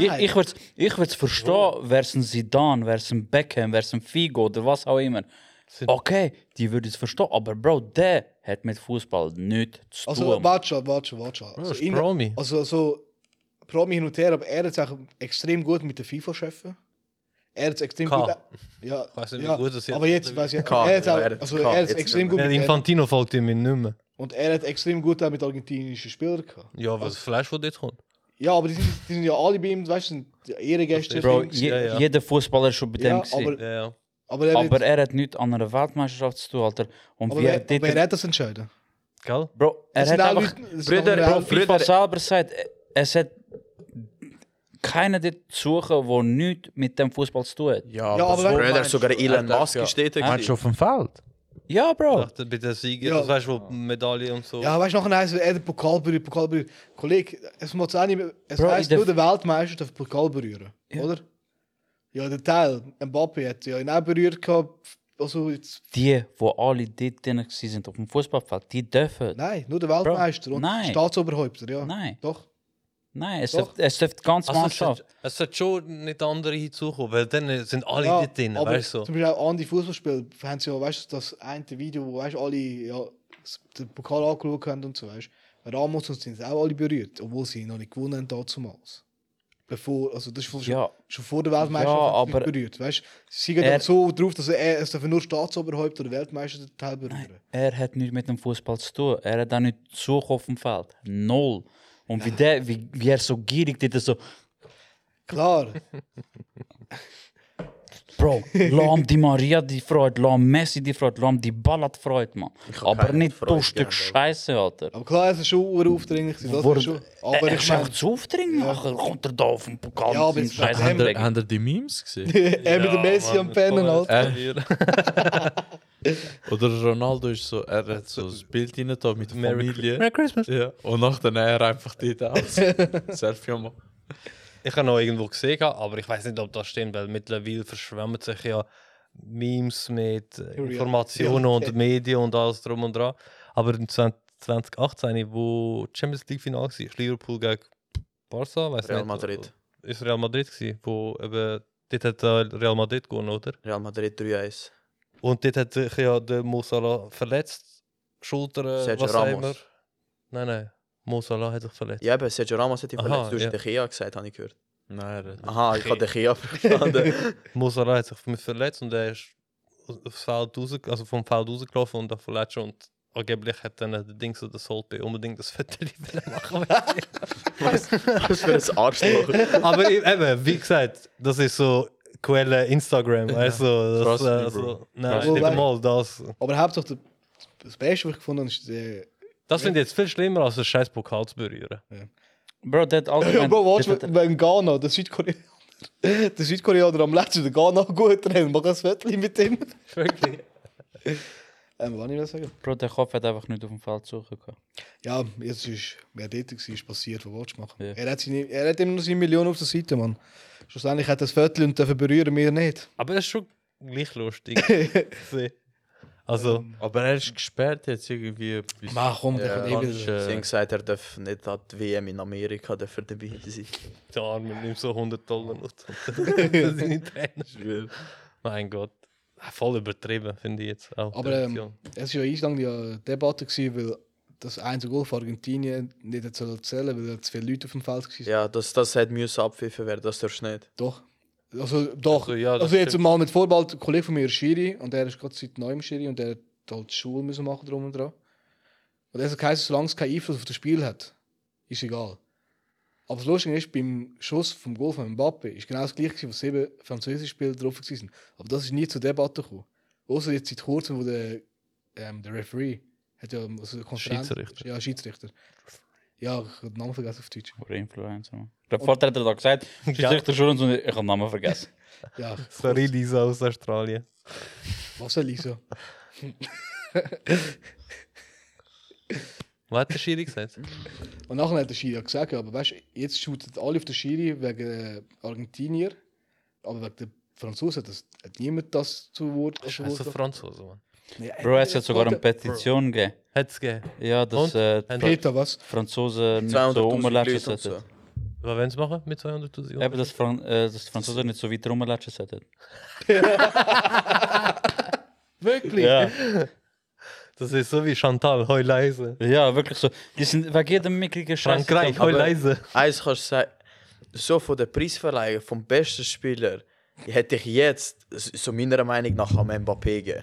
S4: Ich, ich würde es ich würd's verstehen, wer es ein Zidane, wer es ein Beckham, wer es ein Figo oder was auch immer.
S2: Sind-
S4: Okay, die würde es verstehen, aber Bro, der hat mit Fußball nichts zu
S3: Also,
S4: tun.
S3: warte schon, warte schon, warte schon.
S2: Das
S3: Also,
S2: ist
S3: in-
S2: Promi.
S3: also, so, Promi hin und her, aber er hat es auch extrem gut mit der FIFA schaffen. Er hat es extrem
S2: K.
S3: gut. Ja,
S2: Weiß nicht, wie
S3: ja
S2: gut das jetzt-
S3: aber jetzt weiß ich.
S1: K,
S3: Er hat
S1: ja,
S3: auch,
S1: er hat
S3: also,
S1: K,
S3: er hat es
S1: jetzt
S3: extrem
S1: nicht
S3: gut
S2: Ja,
S3: mit
S2: Infantino folgt ihm nicht mehr.
S3: Und er hat extrem gut auch mit argentinischen Spielern gehabt.
S2: Ja, weil das Fleisch, das dort kommt.
S3: Ja, aber die sind, die sind ja alle bei ihm, weißt du, sind ja Ehrengäste.
S4: Bro,
S3: sind-
S4: je,
S2: ja, ja.
S4: jeder Fußballer ist schon bei dem.
S3: ja,
S4: gewesen.
S3: aber,
S2: Ja, ja.
S3: aber, er,
S4: Aber
S3: hat,
S4: er hat nichts an einer Weltmeisterschaft zu tun, Alter. Und
S3: aber,
S4: wie
S3: wer,
S4: er
S3: aber
S4: dort...
S3: wer hat das entschieden?
S2: Gell?
S4: Bro, er
S3: Das sind
S4: hat
S3: auch
S4: einfach...
S3: Leute- das sind
S1: Brüder,
S3: auch Leute-
S1: Bro,
S4: FIFA selber sagt, äh, es hat keinen dort zu suchen, der nichts mit dem Fußball zu tun hat.
S1: Ja,
S3: Ja, aber
S1: aber
S3: wenn-
S1: Brüder, sogar Elon
S5: darf
S1: Musk
S5: ja.
S1: ist dort.
S5: Meinst
S1: gewesen.
S5: du auf dem Feld?
S4: Ja, Bro.
S2: Dachte, bei den Sieger,
S3: Ja.
S2: das weißt du, wo Medaille und so.
S3: Ja, weißt du, nachher heisst es, er der Pokal berührt, Pokal berührt. Kollege, es muss auch nicht mehr, es
S4: Bro,
S3: heisst
S4: in
S3: nur,
S4: der-
S3: der Weltmeister darf den Pokal berühren,
S4: Ja.
S3: oder? Ja, der Teil, Mbappe hat ja ihn auch berührt gehabt, also jetzt,
S4: Die, die alle dort drin waren auf dem Fußballfeld, die dürfen.
S3: nein, nur der Weltmeister und
S4: nein.
S3: Staatsoberhäupter, ja.
S4: Nein,
S3: Doch.
S4: nein, es
S3: Doch.
S4: dürft, es dürft ganz
S2: Also, es
S4: Mannschaft.
S2: hat- es hat schon nicht andere hinzukommen, weil dann sind alle
S3: Ja,
S2: dort drin,
S3: aber
S2: weißt du.
S3: Zum Beispiel auch andere Fußballspieler haben sie ja, weißt du, das eine Video, wo weißt, du, alle ja, s- den Pokal angeschaut haben und so, weißt du. Ramos und so sind auch alle berührt, obwohl sie noch nicht gewonnen haben dazumals. Bevor, also das ist schon,
S4: Ja.
S3: schon vor der Weltmeisterschaft
S4: Ja,
S3: haben sie sich
S4: aber-
S3: berührt, weißt du. Sie gehen
S4: Er-
S3: dann so drauf, dass er, es dürfen nur Staatsoberhäupter oder Weltmeister den Teil berühren.
S4: Er hat nichts mit dem Fußball zu tun. Er hat auch nicht zu suchen auf dem Feld. Null. Und wie, der, wie, wie er so gierig dort so,
S3: Klar,
S4: Bro, lahm die Maria die Freude, lahm Messi die Freude, lahm die Ballert Freude, Mann.
S1: hab
S4: Aber
S1: keine
S4: nicht
S1: Freude,
S4: das Stück
S1: ja,
S4: Scheiße, Alter.
S3: aber klar, es ist schon ur- aufdringlich, gewesen, das
S4: Wurde-
S3: ist schon.
S4: Aber
S3: Aber
S4: er
S3: ich
S4: ist auch
S3: meine,
S4: zu aufdringen, nachher kommt er da auf den Pokal
S3: Ja,
S4: mit
S3: aber
S4: seinem
S3: jetzt-
S4: Scheiß
S3: Haben
S5: Haben
S4: Handregen.
S5: ihr die Memes gesehen?
S3: er mit dem
S2: Ah,
S3: Messi am Pennen halt.
S2: halt.
S5: Oder Ronaldo ist so, er hat so ein Bild rein da mit der
S2: Merry
S5: Familie.
S2: Christmas.
S5: Ja. Und nachher er einfach dort aus. Selfie am
S2: Ich habe noch irgendwo gesehen, aber ich weiß nicht, ob das stimmt, weil mittlerweile verschwemmen sich ja Memes mit äh,
S3: Real-
S2: Informationen
S3: Realität.
S2: und Medien und alles drum und dran. Aber in 20- 2018, wo die Champions League Finale war, Liverpool gegen Barca, weiß
S1: Real
S2: nicht. äh,
S1: Madrid.
S2: Ist Real Madrid gewesen, wo eben Dort hat äh, Real Madrid gewonnen, oder?
S1: Real Madrid 3-1.
S2: Und dort hat sich ja der Mosala verletzt. Schulter, äh,
S1: Sergio
S2: was auch
S1: Ramos.
S2: immer. Nein, nein. Mosala hat sich verletzt.
S1: Ja, eben, Sergio Ramos hat die
S2: Aha,
S1: verletzt. Du hast
S2: ja.
S1: dus De Gea gesagt, habe ich gehört.
S5: Nein, er hat-
S1: Aha, ich habe De Gea verstanden.
S2: Mosala hat sich mit verletzt und er ist aus- aufs Feld raus, also vom Feld rausgelaufen und da verletzt und angeblich hat dann äh, der Dings oder der Solpe unbedingt das Viertel machen wollen.
S1: Was für ein Arschloch.
S2: Aber e- eben, wie gesagt, das ist so Quelle Instagram, also, das,
S5: Trust me,
S2: äh, so,
S5: bro.
S2: nein,
S3: Trust
S2: nicht
S3: me.
S2: einmal das.
S3: Aber hauptsächlich das Beste, was ich gefunden habe, ist der.
S2: Das finde ich jetzt viel schlimmer als den scheiß Pokal zu berühren.
S4: Bro, der hat
S3: Ja,
S4: allgemein...
S3: Bro, watch,
S4: der hat-
S3: wenn Ghana, der Südkoreaner, der Südkoreaner am letzten der Ghana gut rennt, mach ein Foto mit ihm.
S2: Wirklich?
S3: Ähm, was ich will sagen?
S4: Bro, der Kopf hat einfach nicht auf dem Feld suchen können.
S3: Ja, jetzt ist, wer dort war, ist passiert, was willst du machen?
S4: Ja.
S3: Er, hat seine, er hat immer noch seine Million auf der Seite, Mann. Schlussendlich hat er das Viertel und dürfen berühren wir nicht.
S2: Aber das ist schon gleich lustig. See. also,
S5: Aber er ist gesperrt jetzt irgendwie. bis-
S3: Mach komm, der
S1: Ja.
S3: kann eh
S5: Kannst,
S3: wieder.
S1: Sie haben
S5: äh,
S1: gesagt, er darf nicht an die WM in Amerika dafür dabei sein.
S2: der Arme nimmt so 100 Dollar noch zu- für seine Trainer. Mein Gott. Ah, Voll übertrieben, finde ich jetzt auch. die
S3: Aber, ähm,
S2: Reaktion.
S3: Es war ja jahrelang die äh, Debatte, gewesen, weil das einzige Goal von Argentinien nicht hat sollen zählen weil da zu viele Leute auf dem Feld waren.
S1: Ja, das, das hätte müssen abpfiffen werden, das darfst du nicht.
S3: Doch. Also, doch.
S2: Also, ja, das
S3: also jetzt
S2: stimmt.
S3: mal mit Vorball, ein Kollege von mir ist Schiri und der ist gerade seit neuem Schiri und der hat halt die Schule müssen machen drum und dran. Und das heisst, solange es keinen Einfluss auf das Spiel hat, ist egal. Aber das Lustige ist, beim Schuss vom Goal von Mbappe ist genau das gleiche, gewesen, was sieben französische Spieler drauf waren. Aber das ist nie zur Debatte gekommen. Außer jetzt seit kurzem, wo der, ähm, der Referee hat ja also der Konferenz-
S2: Schiedsrichter.
S3: Ja, Schiedsrichter. Ja, ich habe den Namen vergessen auf Deutsch.
S4: Oder Influencer, man. Der Vorteil hat er da gesagt, Schiedsrichter schon und ich habe den Namen vergessen.
S3: Ja,
S2: Sorry, Lisa aus Australien.
S3: was soll ich so?
S2: Was hat der Schiri gesagt?
S3: Und nachher hat der Schiri ja gesagt, ja, aber weißt du, jetzt shooten alle auf den Schiri wegen äh, Argentinier, aber wegen der Franzosen hat, das, hat niemand das zu Wort. das zu Wort
S2: Scheiße,
S3: gebracht.
S2: Franzose, Mann.
S3: Nee,
S4: Also Bro, es hat sogar eine
S3: Warte,
S4: Petition gegeben.
S2: Hat's gegeben.
S4: Ja, dass
S2: Und?
S4: äh, die
S2: Haben die-
S3: Peter, was?
S4: Franzosen nicht so
S1: 200.000
S4: rumlatschen
S1: Leute und so.
S4: sollten.
S2: Was wollen sie machen mit 200.000 Euro?
S4: Eben, dass, Fran äh, dass die Franzosen nicht so weit rumlatschen sollten.
S2: Wirklich?
S4: Ja.
S2: Das ist so wie Chantal, heu leise.
S4: ja, wirklich so. Die sind wegen jedem mickrigen Scheiß.
S2: Frankreich, heu
S1: aber-
S2: leise.
S1: Eins kannst du sagen, so von der Preisverleihung vom besten Spieler hätte ich jetzt, so meiner Meinung nach, am Mbappé gegeben.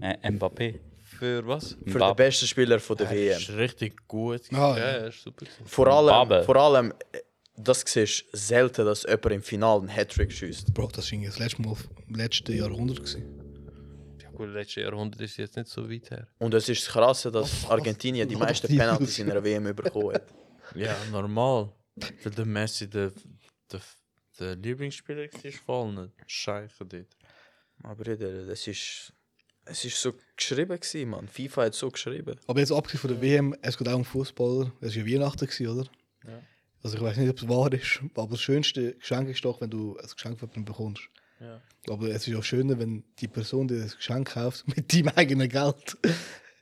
S4: Äh, Mbappé.
S2: Für was?
S1: Für
S4: Mbappé.
S1: den besten Spieler von der
S5: Er
S1: WM.
S5: ist richtig gut.
S3: Ah,
S2: Ja,
S3: ja.
S2: ja, ist super. gewesen.
S1: Vor allem,
S4: Mbappe.
S1: vor allem, äh, das siehst du selten, dass jemand im Finale einen Hattrick schießt.
S3: Bro, das war das letzte Mal im letzten Jahrhundert. Gewesen.
S2: Ja, gut, letztes Jahrhundert ist jetzt nicht so weit her.
S1: Und es ist krass, dass Argentinien die meisten Penalties in einer WM bekommen hat.
S5: Ja, normal. Weil der Messi der, der, der Lieblingsspieler war von allen. Scheiße dort.
S1: Aber Bruder, das ist. Es ist so geschrieben, gewesen, Mann. FIFA hat so geschrieben.
S3: Aber jetzt abgesehen von der WM, es geht auch um Fußballer. Es war ja Weihnachten, gewesen, oder? Also ich weiß nicht, ob es wahr ist, aber das schönste Geschenk ist doch, wenn du ein Geschenk von jemandem bekommst.
S5: Ja.
S3: Aber es ist auch schöner, wenn die Person, die das Geschenk kauft, mit deinem eigenen Geld.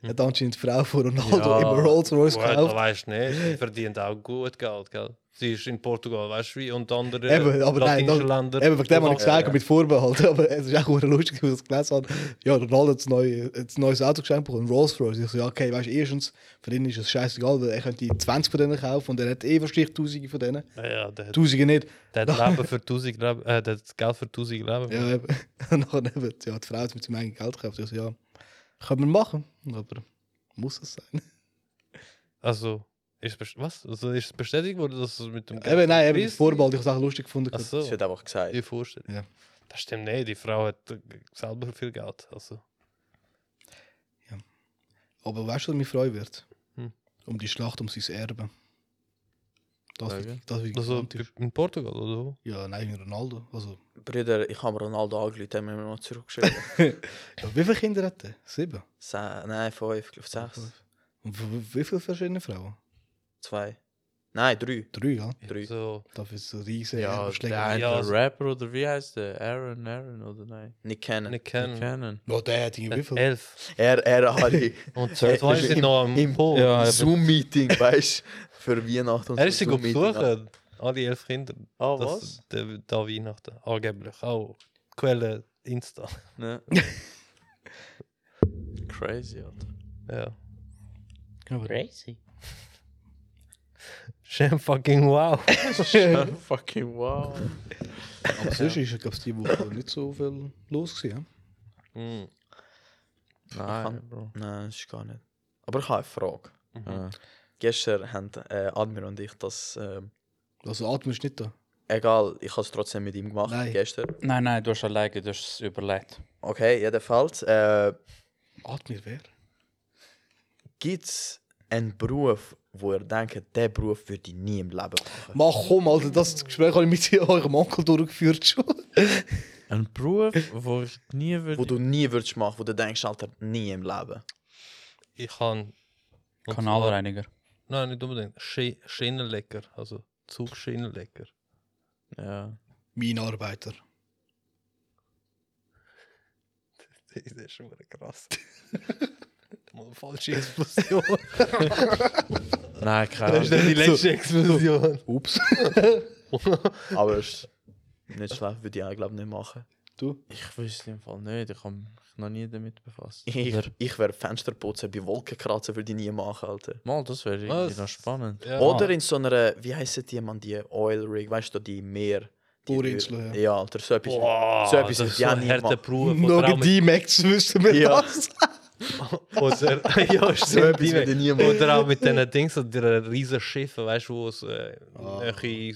S3: Hat anscheinend die Frau von Ronaldo
S5: Hm. Ja.
S3: immer Rolls Royce
S2: Gut, da
S3: gekauft.
S2: weißt du nicht, sie verdient auch gut Geld, gell? Sie ist in Portugal, weißt du, wie und andere
S3: Eben, aber nein,
S2: latinische
S3: dann-
S2: Länder.
S3: Eben, wegen dem habe ich
S2: Ja,
S3: gesagt, mit Vorbehalt. Aber es ist auch verdammt lustig, wie ich das gelesen habe. Ja, Ronaldo hat ein neue, hat ein neues Auto geschenkt bekommen, Rolls Royce. Ich so, ja, okay, weißt du, erstens, für ihn ist es scheißegal, weil er könnte 20 von denen kaufen und er hat eh wahrscheinlich Tausende von denen.
S2: ja. Ja, der, hat-
S3: Tausende nicht.
S2: der hat Leben für 1000 Leben, äh, der hat Geld für 1000 Leben.
S3: Ja, eben. Und nachher eben, ja, die Frau hat mit seinem eigenen Geld gekauft. Ich so, ja, können wir machen, aber muss es sein?
S2: Also, ist, best- was? Also, ist es bestätigt worden, dass es mit dem
S3: Eben, nein, eben, mit
S2: Preis-
S3: Vorbehalt, ich habe es auch lustig gefunden.
S2: Ach so,
S1: Das wird einfach gesagt.
S2: die Vorstellung.
S3: Ja.
S2: Das stimmt nicht, die Frau hat äh, selber viel Geld. Also,
S3: Aber weißt du, was mich freuen wird?
S2: Hm.
S3: Um die Schlacht um sein Erbe. Das,
S5: Sagen?
S3: das wird
S2: also
S3: gigantisch.
S2: in Portugal, oder wo?
S3: Ja, nein, wegen Ronaldo. Also,
S1: Bruder, ich habe Ronaldo angelegt, haben wir mir noch zurückgeschrieben.
S3: ja, wie viele Kinder hat er? Sieben.
S1: Se Nein, fünf, glaube sechs.
S3: Und w- w- wie viele verschiedene Frauen?
S1: Zwei. Nein, drei.
S3: Drei, ja?
S1: Drei.
S2: So,
S3: Dafür ist so riesige
S5: Ja, der
S3: Schlägerei.
S5: eine
S2: Ja, also-
S5: Rapper oder wie heißt der? Aaron, Aaron oder nein?
S1: Nicht kennen.
S2: nicht kennen.
S5: Cannon.
S3: Ja, der hat irgendwie wie viel?
S2: Elf.
S1: Er, ah, er alle
S2: Und zwei
S1: Er ist
S2: sind
S1: im-
S2: noch am
S1: im-
S2: Pool.
S4: Ja, eben.
S1: Zoom-Meeting, weißt du? Für Weihnachten und
S2: Er ist
S1: so
S2: sie go
S1: Zoom-Meeting.
S2: besuchen. alle elf Kinder.
S5: Ah,
S2: das,
S5: was?
S2: da, da Weihnachten, angeblich. Auch Quelle Insta.
S5: Ne. Crazy, Alter.
S2: Ja.
S6: Crazy.
S2: Shame fucking wow.
S5: Fucking wow.
S3: Aber sonst ist, glaube ich, die Woche nicht so viel los gewesen.
S2: Mm.
S5: Nein, Bro.
S1: Nein, das ist gar nicht. Aber ich habe eine Frage.
S3: Mhm.
S1: Äh,
S5: Ja.
S1: Gestern haben äh, Admir und ich das. ähm,
S3: ja? Also Atmen ist nicht da.
S1: egal, ich habe es trotzdem mit ihm gemacht
S3: Nein.
S1: gestern.
S4: Nein, nein, du hast alleine, du hast es überlegt.
S1: Okay, jedenfalls. Äh,
S3: Atmen wer?
S1: Gibt es einen Beruf, wo ihr denkt, diesen Beruf würde ich nie im Leben machen?
S3: Mach komm, Alter, das Gespräch habe ich mit eurem Onkel durchgeführt schon.
S5: Ein Beruf, wo ich nie würde.
S1: Wo du nie würdest machen, wo du denkst, Alter, nie im Leben.
S2: Ich habe.
S4: Kanalreiniger.
S2: Nein, nicht unbedingt. Schi- Schienenlecker. Also Zugschienenlecker.
S5: Ja.
S3: mein Arbeiter.
S2: Das ist schon wieder krass. Mal eine falsche Explosion.
S5: Nein, keine
S2: Das
S5: Ahnung.
S2: ist dann die letzte Explosion.
S3: Ups.
S1: Aber es ist nicht schlecht, würde ich auch, glaube nicht machen.
S3: Du?
S5: Ich wüsste im Fall nicht. Ich habe mich noch nie damit befasst.
S1: Ich, ich wäre Fensterputzen bei Wolkenkratzen, würde ich nie machen, Alter.
S5: Mal, das wäre
S2: Was?
S5: irgendwie noch spannend.
S2: Ja.
S1: Oder in so einer, eh, wie heissen die, man, die eh, Oil Rig, weißt du, die Meer. Die
S3: Bohrinseln, ja.
S1: Ja, Alter, so etwas.
S2: Boah,
S1: so etwas würde
S2: das ist
S1: ich
S2: so
S1: auch
S2: ein
S1: nie
S2: harter
S1: machen.
S2: Beruf. Oder auch
S3: Nur
S2: mit
S3: die Max wissen wir
S1: Ja.
S3: das.
S2: Oder, ja,
S1: So
S2: stimmt,
S1: etwas
S2: die
S1: würde
S2: mit,
S1: ich nie machen.
S2: oder auch mit diesen Dings, so diesen riesen Schiffen, weißt du, wo es äh,
S3: Ah.
S2: irgendwie-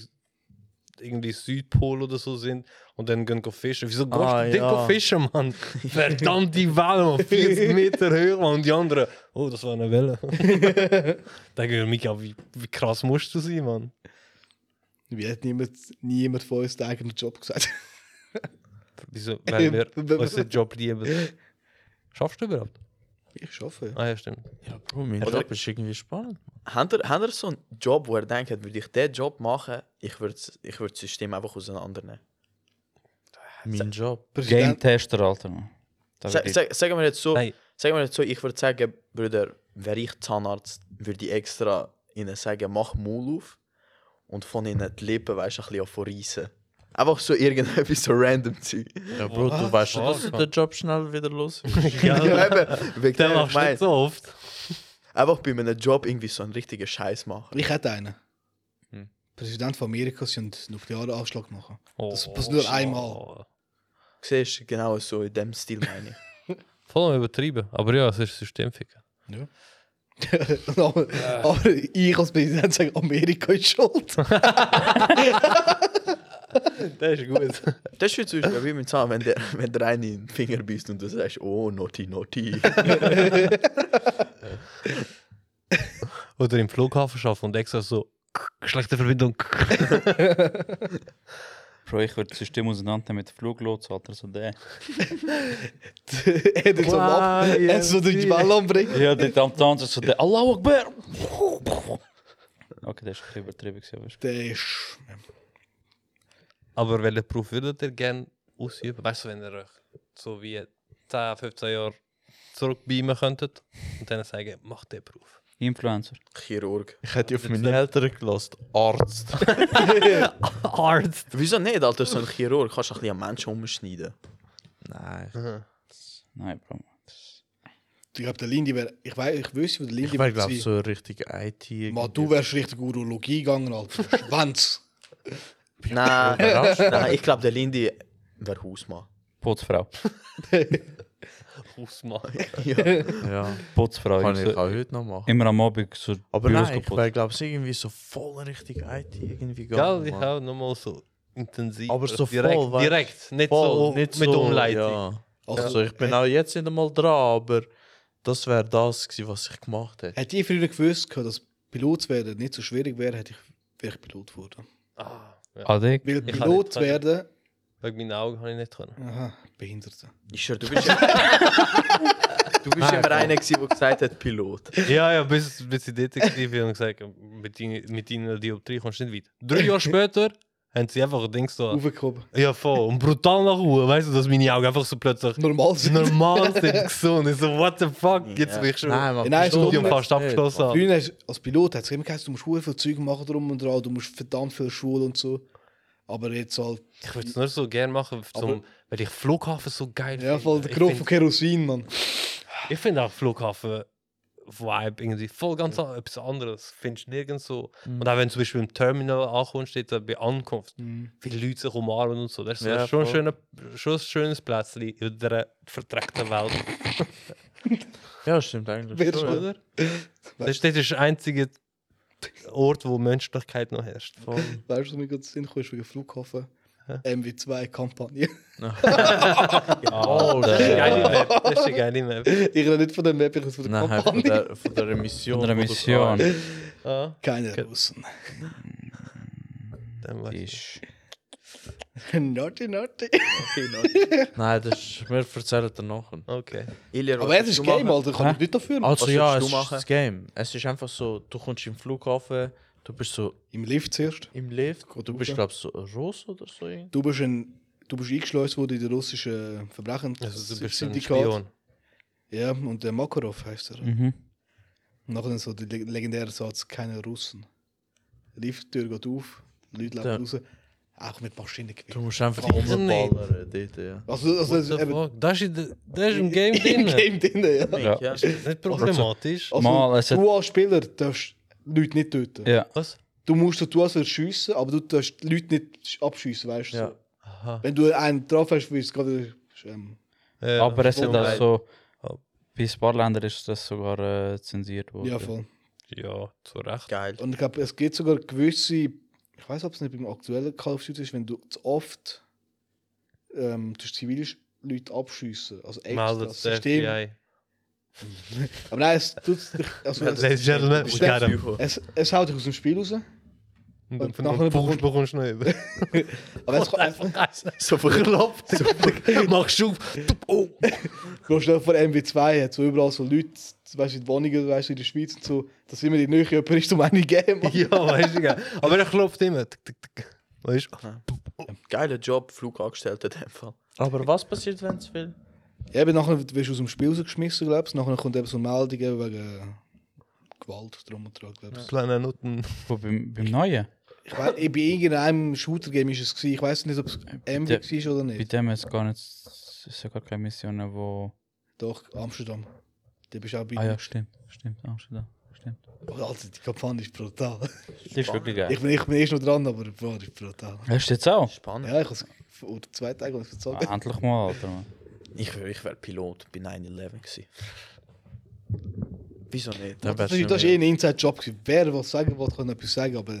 S2: irgendwie Südpol oder so sind und dann gehen go fischen. Wieso gehst
S5: Ah,
S2: du denn go
S5: ja.
S2: fischen, Mann? Verdammt, die Welle, Mann, 40 Meter hoch, Mann, und die anderen, oh, das war eine Welle. Denke ich mir, Mika, wie, wie krass musst du sein, Mann?
S3: Wie hat niemand, niemand von uns den eigenen Job gesagt?
S2: Wieso, weil wir
S3: Ähm, b- b-
S2: unseren Job lieben. Schaffst du überhaupt?
S3: Ich schaffe.
S2: Ah ja, stimmt.
S5: Ja, Bro, mein
S1: Oder-
S5: Job ist irgendwie spannend.
S1: Habt ihr, habt ihr so einen Job, wo ihr denkt, würde ich diesen Job machen, ich würde ich würd das System einfach auseinandernehmen?
S5: Mein Job.
S4: Game
S3: Präsident.
S4: Tester, Alter. Mann. Da
S1: Sa
S4: wird-
S1: sag, sagen wir jetzt so,
S2: Also Nein.
S1: sagen wir jetzt so, ich würde sagen, Bruder, wäre ich Zahnarzt, würde ich extra ihnen sagen, mach Maul auf und von ihnen die Lippen, weißt du, ein bisschen vorreißen. Einfach so irgendetwas so random zu.
S5: Ja, Bro,
S2: Was?
S5: du weißt schon,
S2: Was?
S5: dass du den Job schnell wieder los
S2: Ja,
S1: Ja, eben, wegen
S2: den
S1: dem, ich
S2: machst du nicht
S1: mein,
S2: so oft.
S1: einfach bei meinem Job irgendwie so einen richtigen Scheiß machen.
S3: Ich hätte einen.
S5: Hm.
S3: Präsident von Amerika und Nuklearanschlag machen. Das
S2: Oh,
S3: passt nur einmal.
S1: Siehst du, genau so in dem Stil meine ich.
S2: Voll am übertrieben. Aber ja, es ist Systemficken.
S3: aber, aber ich als Präsident sage, Amerika ist schuld.
S2: Das ist gut.
S1: Das ist jetzt zum Beispiel wie mit Zahn, wenn der, wenn der eine in den Finger beißt und du sagst, oh, naughty, naughty.
S2: Oder im Flughafen schaffen und extra so schlechte Verbindung.
S4: Bro, ich würde das System auseinandernehmen mit Fluglots, Alter, so der.
S3: er hat so ab, er hat so durch die Welle anbringen.
S4: Ja, dort am Tanzen, so der. Allahu Akbar! Okay, das war ein bisschen übertrieben, gewesen, aber ist
S3: Der ist.
S2: Aber welchen Beruf würdet ihr gerne ausüben? Weißt du, wenn ihr euch so wie 10, 15 Jahre zurückbeamen könntet und dann sagen, mach den Beruf.
S4: Influencer.
S1: Chirurg.
S5: Ich hätte auf meine Eltern gelassen. Arzt.
S2: Arzt!
S1: Wieso nicht, Alter, so ein Chirurg? Kannst du ein bisschen einen Menschen umschneiden.
S5: Nein.
S4: Nein, Bro.
S3: Ich glaube, der Lindy wäre. Ich weiß, ich wüsste, wo der
S5: Ich
S3: Lindy
S5: wäre, glaube
S3: gewesen.
S5: ich, so richtig IT.
S3: Ma,
S5: irgendwie.
S3: du wärst richtig Urologie gegangen, Alter. Schwanz.
S1: Nein, nein ich glaube, der Lindy wäre Hausmann.
S4: Putzfrau.
S2: Hausmann.
S1: ja.
S5: Ja,
S4: Putzfrau.
S5: kann
S4: ich
S5: ich halt.
S4: so,
S5: auch heute noch machen.
S4: immer am Abend so
S5: Aber
S4: Büros
S5: nein, ich
S4: geputzt.
S5: wäre, glaube ich, irgendwie so voll richtig IT irgendwie
S2: Gell,
S5: gegangen.
S2: ich
S5: Mann.
S2: auch nochmal so intensiv.
S5: Aber so
S2: direkt,
S5: voll, weißt du?
S2: direkt. Nicht
S5: Voll,
S2: so mit Umleitung.
S5: ja.
S3: Also,
S5: Also, ich bin auch nou jetzt nicht einmal dran, aber das wäre das gewesen, was ich gemacht hätte.
S3: hätte ich früher gewusst, gehabt, dass Pilot zu werden nicht so schwierig wäre, hätte ich, wäre ich Pilot geworden.
S2: Ah, ja.
S4: Adig.
S3: Weil
S2: Ich
S3: Pilot
S2: hab-
S3: zu werden.
S2: Wegen meinen Augen habe ich nicht können.
S3: Aha, Behinderte.
S1: Ich schwör, du bist ja... Du bist
S4: Ah,
S1: immer einer, gewesen, der gesagt hat, Pilot.
S2: Ja, ja, bis, bis ich dort war und gesagt habe, mit, deiner- mit deiner Dioptrie kommst du nicht weit. Drei Jahre später haben sie einfach Dings so.
S3: Aufgehoben.
S2: Ja, voll. Und brutal nach oben. Weißt du, dass meine Augen einfach so plötzlich
S3: Normal sind.
S2: normal sind, gesund. Ich so, what the fuck? Jetzt bin ich schon.
S5: Nein, man,
S3: Nein,
S2: das Studium
S3: stopp.
S2: fast abgeschlossen. habe.
S3: Früher hast- als Pilot hat es immer geheißen, du musst sehr viel Zeug machen drum und dran, du musst verdammt viel Schule und so. Aber jetzt halt,
S2: Ich würde es nur so gerne machen, zum, weil ich Flughafen so geil
S3: ja, voll der
S2: Ich
S3: Geruch
S2: find-
S3: von Kerosin, Mann.
S2: Ich finde auch Flughafen-Vibe irgendwie voll ganz an- etwas anderes. Findest du nirgends so.
S5: Mhm.
S2: Und auch wenn du zum Beispiel im Terminal ankommst, steht da bei Ankunft,
S3: Mhm.
S2: viele Leute sich umarmen und so. Das ist so
S5: Ja,
S2: schon, ein
S5: voll.
S2: schöner, schon ein schönes Plätzchen in dieser verdreckten Welt.
S5: ja, stimmt eigentlich.
S3: Wer
S5: schon,
S3: ist-
S5: oder?
S2: Das ist das ist der einzige Ort, wo Menschlichkeit noch herrscht.
S5: Voll.
S3: Weißt du, was mir gerade in den Sinn kommst wegen Flughafen? MW2-Kampagne.
S5: Oh,
S2: Das ist eine
S5: shit.
S2: geile Map. Das ist eine geile Map.
S3: ich rede nicht von der Map, ich rede von der
S5: Nein, von
S3: Kampagne.
S5: der, von der Mission.
S4: Von der
S5: wo du
S4: Mission.
S5: kannst.
S2: Ah,
S3: Keine Russen.
S2: dann weiß ich.
S4: Ist.
S3: naughty, naughty.
S5: Nein, das ist, wir erzählen dir nachher.
S2: Okay.
S1: Ilir,
S3: Aber es ist Game, Alter. Kann ich
S4: Hä?
S3: nicht dafür.
S5: Also
S1: Was
S5: ja,
S1: würdest
S5: es ist
S1: du machen?
S5: das Game. Es ist einfach so, du kommst im Flughafen, du bist so
S3: Im Lift zuerst.
S5: im Lift, du
S3: rauf.
S5: bist glaube ich so Ross oder so. irgendwie.
S3: Du bist, ein, du bist eingeschleust worden in den russischen Verbrechen.
S2: Also du bist ein
S3: Syndikat.
S2: Spion.
S3: Ja, und der Makarov heißt er.
S4: Mhm.
S3: Und Nachher so der le- legendäre Satz: keine Russen. Lifttür geht auf, die Leute
S5: Ja.
S3: laufen raus. Auch mit Maschinen
S5: Du
S3: gewinnen.
S5: musst einfach
S2: Warum
S5: rumballern dort, ja.
S3: Also, also,
S2: What the
S3: also eben,
S2: fuck? Das ist in der- das ist im Game
S3: im
S2: drin.
S3: Game drin, ja.
S4: Ja.
S5: Ja.
S2: Ist das nicht problematisch?
S3: Also,
S4: Mal, es hat-
S3: du als Spieler darfst Leute nicht töten.
S4: Ja.
S2: Was?
S3: Du musst so tun, als würdest du schiessen, aber du darfst die Leute nicht abschiessen, weißt du?
S5: Ja.
S3: So. Wenn du einen drauf hast, wirst du gerade. Ähm,
S2: Ja.
S4: Aber es hat
S3: voll
S4: auch
S2: geil.
S4: so.
S2: Oh.
S4: Bei ein paar Ländern ist das sogar äh, zensiert worden.
S3: ja, voll.
S2: Ja, zu Recht.
S1: Geil.
S3: Und ich glaube, es gibt sogar gewisse. Ich weiß, ob es nicht beim aktuellen Call of Duty ist, wenn du zu oft ähm, durch zivile Sch- Leute abschiessen. Also extra
S2: Meldet
S3: das
S2: das
S3: System.
S2: FBI.
S3: Aber nein, es tut dich. Also, es,
S2: Ladies and Gentlemen, we got him.
S3: es, es haut dich aus dem Spiel raus.
S2: Und
S3: Und
S2: dann
S3: nachher
S2: bekommst bekommst du noch über.
S3: Aber es kann.
S2: So verkloppt. Machst du auf. tup, Oh.
S3: Du stell dir vor, MW2 hat so überall so Leute, weißt du, in Wohnungen, weißt du, in der Schweiz und so, dass immer die Nähe jemand ist, um eine Game.
S2: Ja, weißt du, gell. Aber er klopft immer. Tick, tick, tick. Weißt du?
S1: Geiler Job, Flugangestellte in dem Fall.
S5: Aber was passiert, wenn es will?
S3: Eben, nachher wirst du aus dem Spiel rausgeschmissen, glaubst du. Nachher kommt eben so eine Meldung eben wegen Gewalt drum und dran, glaubst du.
S2: Kleine Noten.
S4: Wo, beim, beim Neuen?
S3: Ich weiß, bei irgendeinem Shooter-Game ist es gewesen. Ich weiß nicht, ob es MW
S4: Der-
S3: war oder
S4: Bei
S3: nicht.
S4: dem ist gar nicht. Es sind gar keine Missionen, wo.
S3: Doch, Amsterdam. Da bist du auch bei.
S4: Ah ja, stimmt. Stimmt, Amsterdam. Stimmt.
S3: Oh, Alter, die Kampagne ist brutal.
S4: Das ist wirklich geil.
S3: Ich bin, ich bin erst noch dran, aber boah, die ist brutal.
S4: Hast du jetzt auch?
S1: Spannend.
S3: Ja, ich habe es vor zwei Tagen habe ich es gezockt.
S4: Ah, endlich mal, Alter. Mann.
S1: Ich, ich wäre Pilot bei 9-11 gewesen. Wieso nicht?
S5: Dann
S3: Das
S5: wärst
S3: war das war eh ein Inside-Job. gewesen. Wer was sagen wollte, kann etwas sagen, aber.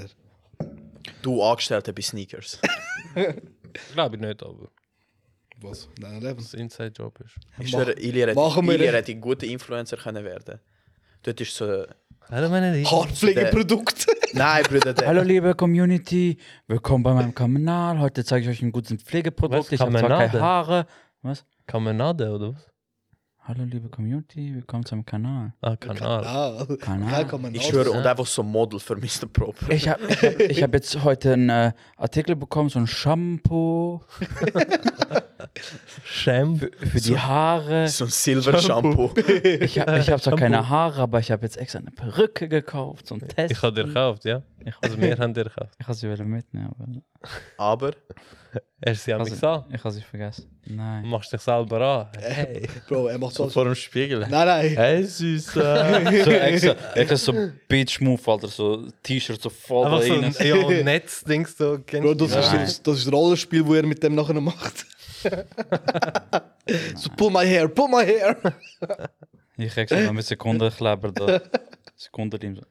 S1: Du Angestellte bei Sneakers.
S2: Glaube ich nicht, aber
S3: Was? Nein, nein,
S2: das Inside-Job ist.
S1: Ich schwöre, Ilir hätte,
S3: machen wir-
S1: Ilir hätte ein guter Influencer können werden Dort ist so...
S2: Hallo, meine Lieben.
S3: Haarpflegeprodukt.
S1: Nein, Bruder, der...
S4: Hallo liebe Community, willkommen bei meinem Kanal. Heute zeige ich euch ein gutes Pflegeprodukt.
S2: Was?
S4: ich habe zwar
S2: Kanal
S4: keine
S2: denn?
S4: Haare. Was?
S2: Kamenade, oder was?
S4: Hallo liebe Community, willkommen zum Kanal.
S2: Ah, Kanal.
S3: Ah,
S4: Kanal.
S3: Nein, kann man
S1: Ich
S3: auch
S1: schwöre,
S3: sagen.
S1: und einfach so Model für Mr. Proper.
S4: Ich habe ich hab, ich hab jetzt heute einen äh, Artikel bekommen, so ein Shampoo
S2: Sham.
S4: für die Haare.
S1: So ein Silber-Shampoo.
S4: Ich habe ich hab zwar keine Haare, aber ich habe jetzt extra eine Perücke gekauft zum Test.
S2: Ich habe dir gekauft, ja.
S4: Ich,
S2: Also, wir haben dir gekauft.
S4: ich habe sie wieder mitnehmen, aber
S1: Aber...
S2: Er ist ja
S4: Also-
S2: nicht da.
S4: ich habe sie vergessen. Nein.
S2: Machst dich selber an. Hey.
S3: Bro, er macht so.
S5: So vor dem Spiegel.
S3: Nein, nein.
S5: Hey, Süßer.
S4: So extra, extra so Beach Move, Alter, so T-Shirt so voll
S2: Einfach so
S4: rein.
S2: ein ja, Netz-Dings so.
S3: Bro, das
S4: Nein.
S3: ist, das, das ist das Rollenspiel, das er mit dem nachher macht. so, pull my hair, pull my hair.
S4: Ich habe extra noch mit Sekundenkleber da. Sekundenriemen.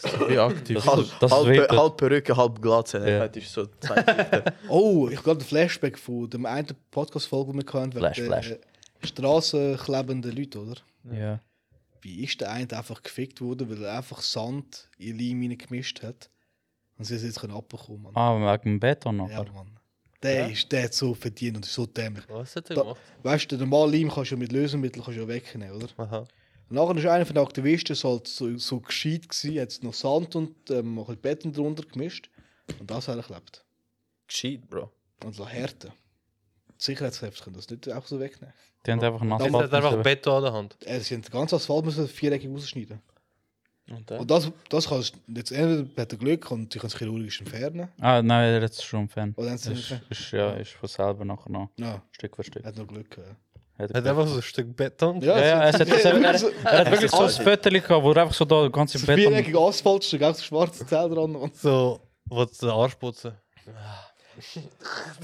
S4: so.
S5: Wie aktiv.
S4: Das,
S1: Halb,
S4: das ist
S1: halb,
S4: weiter.
S1: halb Perücke, halb Glatze.
S4: Ja.
S1: Das ist so... zeigt-
S3: Oh, ich habe einen Flashback von dem einen Podcast-Folge, die wir hatten. wegen
S4: Flash,
S3: der,
S4: Flash.
S3: äh, Straßenklebenden Leute, oder?
S4: Ja.
S3: Wie ist der eine einfach gefickt worden, weil er einfach Sand in Leim gemischt hat? Und sie ist jetzt können abbekommen. Mann.
S4: Ah, wegen dem Beton
S3: ja,
S4: nachher.
S3: Mann. Der, Ist, der hat so verdient und ist so dämlich.
S2: Was hat er
S3: Da-
S2: gemacht?
S3: Weißt du, den normalen Leim kannst du ja mit Lösemittel kannst du ja wegnehmen, oder?
S2: Aha.
S3: Und nachher ist einer von den Aktivisten so halt so, so gescheit gewesen, hat noch Sand und ähm, ein bisschen Beton drunter gemischt und das hat er geklebt.
S1: gescheit, Bro.
S3: Also Härte. Die Sicherheitskräfte können das nicht einfach so wegnehmen.
S4: Die haben einfach einen
S2: Jetzt hat
S4: Asphalt.
S2: er einfach
S4: müssen-
S2: Beton an der Hand.
S3: Äh, Sie haben den ganzen Asphalt müssen viereckig ausschneiden.
S5: Und dann?
S3: Und das, das kannst du jetzt entweder hat er Glück und sie können es chirurgisch entfernen.
S4: Ah, nein, er ist schon ein Fan.
S3: Oder haben sie
S4: Ist,
S3: nicht.
S4: ist, ja, ist von selber nachher noch.
S3: Nein,
S4: Stück für Stück.
S3: er hat noch Glück. äh.
S4: Hat er
S2: Er hat einfach so ein Stück Beton.
S4: Ja, ja,
S3: es-
S4: es hat- es hat-
S3: wirklich so-
S4: Er hat wirklich so ein
S1: Alles.
S4: Viertel gehabt, wo er einfach so da den ganzen
S3: so
S4: Bett.
S3: viereckig Asphalt, steht auch so schwarze Zell dran. Und
S2: So, was den Arsch putzen.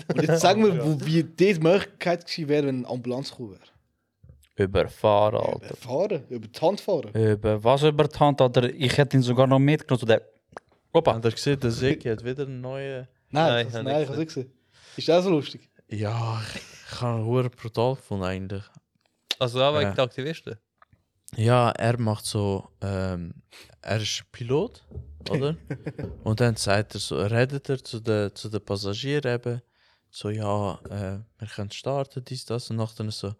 S3: und jetzt sagen wir, wo, wie die Möglichkeit gewesen wäre, wenn eine Ambulanz gekommen wäre.
S4: Überfahren, Alter.
S3: Über Fahren, über die Hand fahren.
S4: Über was über die Hand, Alter? Ich hätte ihn sogar noch mitgenommen. So der. Opa.
S5: Habt ihr gesehen, der Seki hat wieder einen neuen...
S2: Nein,
S3: Nein, das-
S2: hab
S3: nein,
S2: ich
S3: ich habe es gesehen. Ist das so lustig?
S5: Ja, ich, ich habe ihn verdammt brutal gefunden eigentlich.
S2: Also auch wegen
S5: Ja.
S2: der Aktivisten.
S5: Ja, er macht so, ähm, er ist Pilot, oder? Und dann sagt er so, redet er zu den, zu den Passagieren eben, so, ja, äh, wir können starten, dies, das. Und nachher so,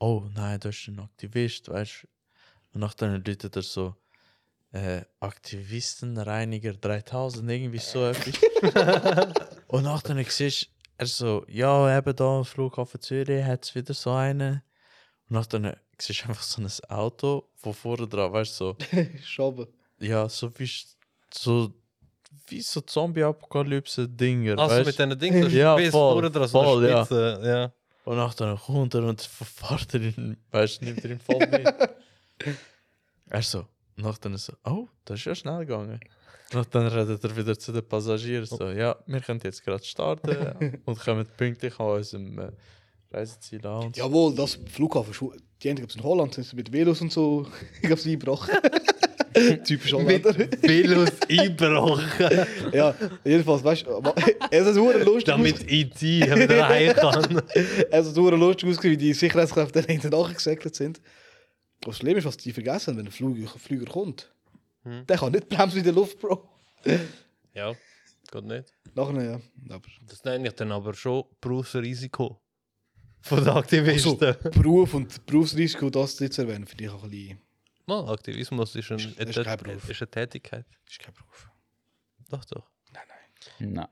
S5: oh nein, da ist ein Aktivist, weißt du? Und nachher läutet er so, äh, Aktivistenreiniger 3000, irgendwie so etwas. Und nachher siehst er so, ja, eben da am Flughafen Zürich hat es wieder so einen. Und nachher siehst du einfach so ein Auto, wo vorne dran, weißt du, so,
S3: Schaben.
S5: ja, so wie so, wie so Zombie-Apokalypse-Dinger.
S2: Also
S5: weißt
S2: mit
S5: du?
S2: diesen Dingen, das
S5: Ja,
S2: Spitz,
S5: voll,
S2: vorne dran, so
S5: voll,
S2: eine
S5: ja.
S2: Spitze. Ja.
S5: Und nachher kommt er und verfahrt er ihn, weißt du, nimmt er ihn voll mit. er so, und nachher so, oh, das ist ja schnell gegangen. Und dann redet er wieder zu den Passagieren so, ja, wir können jetzt gerade starten und kommen pünktlich an unserem äh, Reiseziel an. Und so.
S3: Jawohl, das Flughafen. ist hu- Die haben, glaube in Holland sind sie mit Velos und so, ich glaube, sie eingebracht. Typisch Holländer.
S2: Velos einbrochen,
S3: ja, jedenfalls, weißt du, aber es ist hure lustig.
S2: damit IT wieder heim kann.
S3: ausgesehen. Es ist hure lustig ausgesehen, wie die Sicherheitskräfte dann hinten nachgesäckelt sind. Aber Das Problem ist, was die vergessen, haben, wenn ein Flüger, Flüger kommt.
S2: Hm.
S3: Der kann nicht bremsen in der Luft, Bro.
S2: Ja, geht nicht.
S3: Nachher, ja. Aber
S2: Das nenne ich dann aber schon Berufsrisiko von den Aktivisten.
S3: Beruf und Berufsrisiko, das jetzt erwähnen, finde ich auch ein bisschen.
S2: Mal, Aktivismus ist, ein,
S3: Ist-
S2: eine
S3: ist
S2: Tät-
S3: kein Beruf.
S2: ist eine Tätigkeit.
S3: Ist kein Beruf.
S2: Doch, doch.
S4: Nein.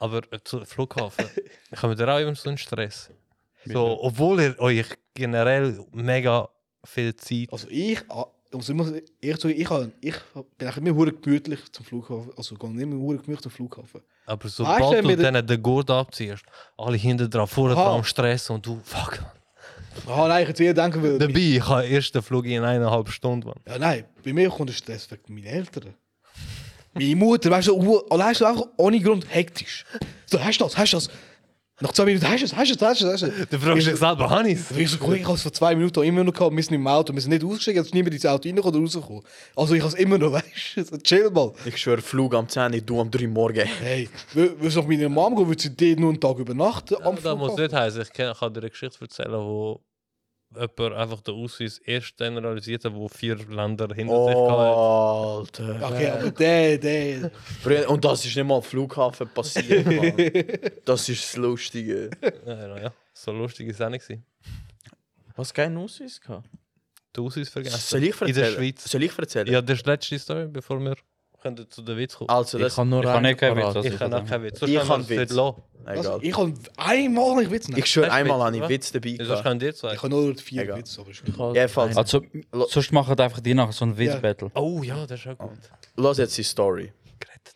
S2: Aber äh, zu Flughafen kommt ihr auch immer so einen Stress. So, obwohl ihr euch generell mega viel Zeit.
S3: Also ich, ah, muss immer ehrlich sagen, ich, habe- ich bin auch immer hure gemütlich zum Flughafen. Also ich gehe immer hure gemütlich zum Flughafen.
S2: Aber
S3: Weißt
S2: sobald
S3: du,
S2: du
S3: mit der-
S2: denen den Gurt abziehst, alle hinten dran, vorne
S3: Aha.
S2: dran am Stress und du, fuck. Mann.
S3: Ah, nein, ich hätte eher denken will.
S2: Dabei, ich habe erst den Flug in eineinhalb Stunden. Mann.
S3: Ja, nein, bei mir kommt der Stress wegen meinen Eltern. Meine Mutter, weißt du, hu- allein so einfach ohne Grund hektisch. So, hast du das, hast du das? Nach zwei Minuten, hast du das, hast du das, hast du das? Hast
S2: Du
S3: du das?
S2: fragst
S3: Ich-
S2: dich selber, habe ich es?
S3: Ich so, Kollege, ich habe es vor zwei Minuten immer noch gehabt, wir sind im Auto, wir sind nicht ausgestiegen, jetzt ist niemand ins Auto reingekommen oder rausgekommen. Also ich habe es immer noch, weißt du, so, chill mal.
S1: Ich schwöre, Flug am 10 Uhr, du am 3 Uhr morgen.
S3: Hey, willst du nach meiner Mom gehen, würde sie dir nur einen Tag übernachten am
S2: Aber das muss
S3: Flughafen?
S2: nicht heißen. Ich kann, kann dir eine Geschichte erzählen, wo jemand einfach den Ausweis erst generalisiert hat, wo vier Länder hinter sich
S1: Oh, Alter. oh,
S3: Okay, aber der, der.
S1: Bruder, Und das ist nicht mal am Flughafen passiert, Mann. Das ist das Lustige.
S2: hatten. Ja, ja. So lustig ist es auch nicht. gewesen.
S5: Was kein Ausweis gehabt?
S2: Den Ausweis vergessen.
S1: Soll ich erzählen?
S2: In der Schweiz.
S1: Soll ich erzählen?
S2: Ja, das ist die letzte Story, bevor wir können zu den Witz kommen.
S1: Also, das...
S5: ich habe nur
S4: Ich habe nicht keinen Witz,
S5: parat.
S4: also-
S2: ich kann auch keinen Witz. Sonst
S1: Ich
S2: können wir
S1: kann
S2: uns nicht
S1: Witz.
S2: lassen.
S1: Egal.
S3: Also, ich habe einmal nicht Witz
S1: Ich
S3: Ich,
S1: schwöre,
S2: Hast du
S1: einmal
S2: Witz,
S1: habe ich
S2: oder?
S1: Witz dabei
S2: Ja, Sonst
S1: gehabt.
S2: kann dir zwei.
S3: ich habe nur vier
S1: Egal.
S3: Witz, aber ist
S5: Ich habe-
S1: Jedenfalls.
S5: Nein.
S4: Also, sonst machen einfach die nachher so ein
S3: Ja.
S4: Witzbattle.
S2: Oh ja, das ist auch gut.
S1: Lass jetzt die Story.
S2: Gerettet.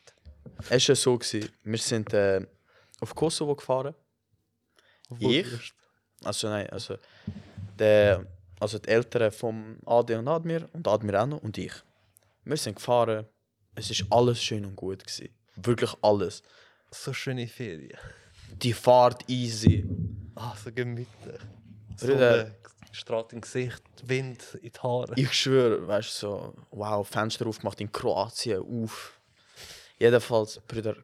S1: Es war so, gewesen, wir sind äh, auf Kosovo gefahren. Ich? Also nein, also, der, also die Eltern vom Adi und Admir und Admir auch noch und ich. Wir sind gefahren, es ist alles schön und gut. Gewesen. Wirklich alles.
S2: So schöne Ferien.
S1: Die Fahrt easy.
S2: Ah, so gemütlich.
S1: Bruder.
S2: Sonne strahlt im Gesicht, Wind in die Haare.
S1: Ich schwöre, weißt du, so, wow, Fenster aufgemacht in Kroatien, auf. Jedenfalls, Brüder,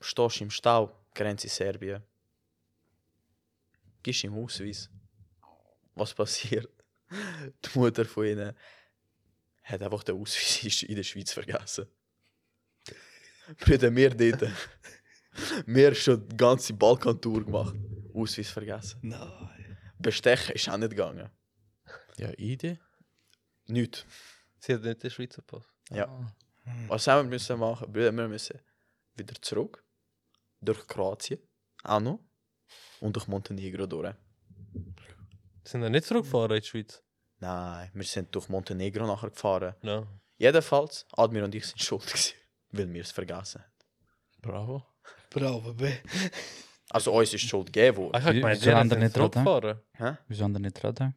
S1: stehst im Stau, Grenze Serbien. Gibst im Ausweis. Was passiert? Die Mutter von ihnen hat einfach den Ausweis in der Schweiz vergessen. Brüder, wir dort. Wir haben schon die ganze Balkantour gemacht. Ausweis vergessen.
S3: Nein.
S1: Bestechen ist auch nicht gegangen.
S5: Ja, Idee.
S1: Nichts.
S2: Sie hat nicht den Schweizer Pass.
S1: Ja. Was haben wir müssen machen? Bruder, Wir müssen wieder zurück, durch Kroatien, auch noch, und durch Montenegro durch.
S2: Sind wir nicht zurückgefahren in die Schweiz?
S1: Nein, wir sind durch Montenegro nachher gefahren.
S2: No.
S1: Jedenfalls, Admir und ich sind schuld, gewesen, weil wir es vergessen haben.
S5: Bravo.
S3: Bravo, B.
S1: Also uns ist die Schuld gegeben worden.
S2: Ah, Ich habe
S4: Wie-
S2: gemeint,
S4: wieso
S2: wir
S4: haben wir
S2: sind
S4: nicht rot, hä?
S2: zurückgefahren.
S1: Hä?
S4: Wieso haben ihr nicht reden?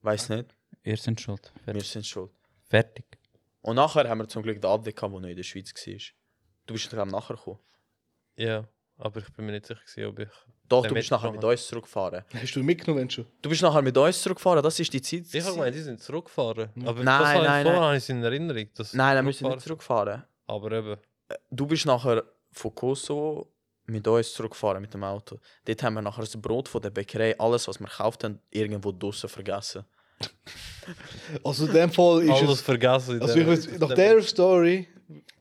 S1: Weiß nicht,
S4: Ihr seid schuld.
S1: wir
S4: Fertig.
S1: sind schuld.
S4: Fertig.
S1: Und nachher haben wir zum Glück den Adli gehabt, der noch in der Schweiz war. Du bist dann nachher gekommen.
S2: Ja, aber ich bin mir nicht sicher, gewesen, ob ich.
S1: Doch,
S2: Der
S1: du bist
S2: wird
S1: nachher mit
S2: kommen.
S1: uns zurückgefahren.
S3: Hast du mitgenommen, wenn schon?
S1: Du bist nachher mit uns zurückgefahren, das ist die Zeit.
S2: Ich habe
S1: gewesen.
S2: gemeint, die sind zurückgefahren.
S4: Hm.
S1: Nein,
S2: Aber das habe ich
S1: nein,
S2: vorher
S1: nein.
S2: habe ich es in Erinnerung. Dass
S1: Nein, nein, wir sind nicht
S2: zurückgefahren-
S1: zurückgefahren.
S2: Aber eben.
S1: Du bist nachher von Kosovo mit uns zurückgefahren mit dem Auto. Dort haben wir nachher das Brot von der Bäckerei, alles, was wir gekauft haben, irgendwo draußen vergessen.
S3: Also in dem Fall ist
S2: Alles
S3: es...
S2: vergessen. in
S3: Also
S2: der-
S3: ich weiß, nach
S2: der-
S3: der Story...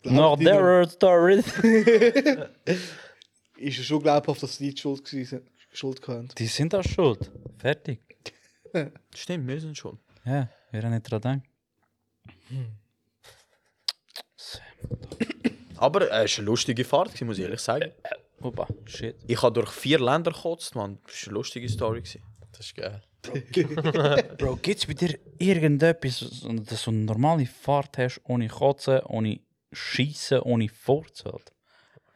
S4: Nach der Story.
S3: Ist es schon glaubhaft, dass die die Schuld gewesen Schuld hatten.
S4: Die sind auch schuld. Fertig.
S1: Stimmt, wir sind schon.
S4: Ja, wir haben nicht dran gedacht.
S1: Aber äh, es war eine lustige Fahrt, gewesen, muss ich ehrlich sagen.
S4: Opa, shit.
S1: Ich habe durch vier Länder gekotzt, man. Das war eine lustige Story. Gewesen.
S5: Das ist geil.
S4: Bro, gibt's bei dir irgendetwas, so- dass du eine normale Fahrt hast, ohne Kotzen, ohne Schießen, ohne Furzen? Alter?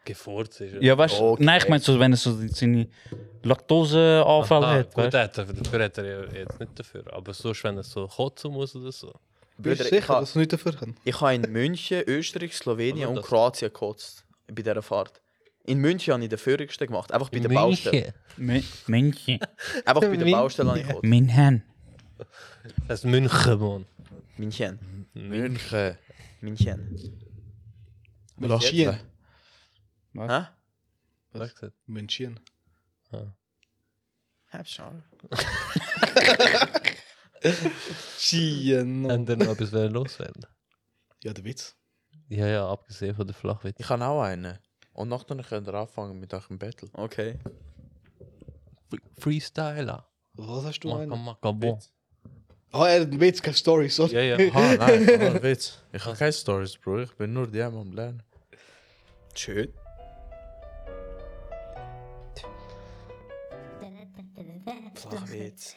S2: Gefurzt ist.
S4: Ja, weißt du,
S1: Okay.
S4: nein, ich meine, so, wenn er so seine Laktoseanfälle
S2: Aha,
S4: hat.
S2: Ah, gut,
S4: halt,
S2: hat
S4: Weißt?
S2: er, dafür hat er ja jetzt nicht dafür. Aber sonst, wenn er so kotzen muss oder so.
S3: Bist
S1: Brüder,
S3: du
S1: ich
S3: sicher,
S1: habe
S3: dass du nicht dafür kannst?
S1: ich habe in München, Österreich, Slowenien
S2: Also
S1: und
S2: das-
S1: Kroatien gekotzt bei dieser Fahrt. In München habe ich den Führersten gemacht, einfach bei der Baustelle.
S4: Mün- München.
S1: Einfach bei der
S2: München.
S1: Baustelle habe ich gekotzt.
S4: München.
S2: Das ist München, Mann.
S1: München,
S5: München.
S1: München.
S3: München.
S1: Hä?
S2: Was? gesagt?
S3: München.
S1: Hab's schon.
S3: Schien.
S2: Haben dann noch etwas loswerden?
S3: Ja, der Witz.
S2: Ja, ja, abgesehen von der Flachwitz.
S5: Ich habe auch einen. Und nachher könnt ihr anfangen mit eurem Battle.
S1: Okay.
S2: Freestyler.
S3: Was hast du
S2: Maka,
S3: einen?
S2: maka, bon.
S3: Ah, er hat einen Witz, keine Story, sorry.
S2: Ja, ja.
S5: Ah, nein, ohne Witz. Ich habe keine Stories, Bro. Ich bin nur die am Lernen.
S1: Schön. Flachwitz.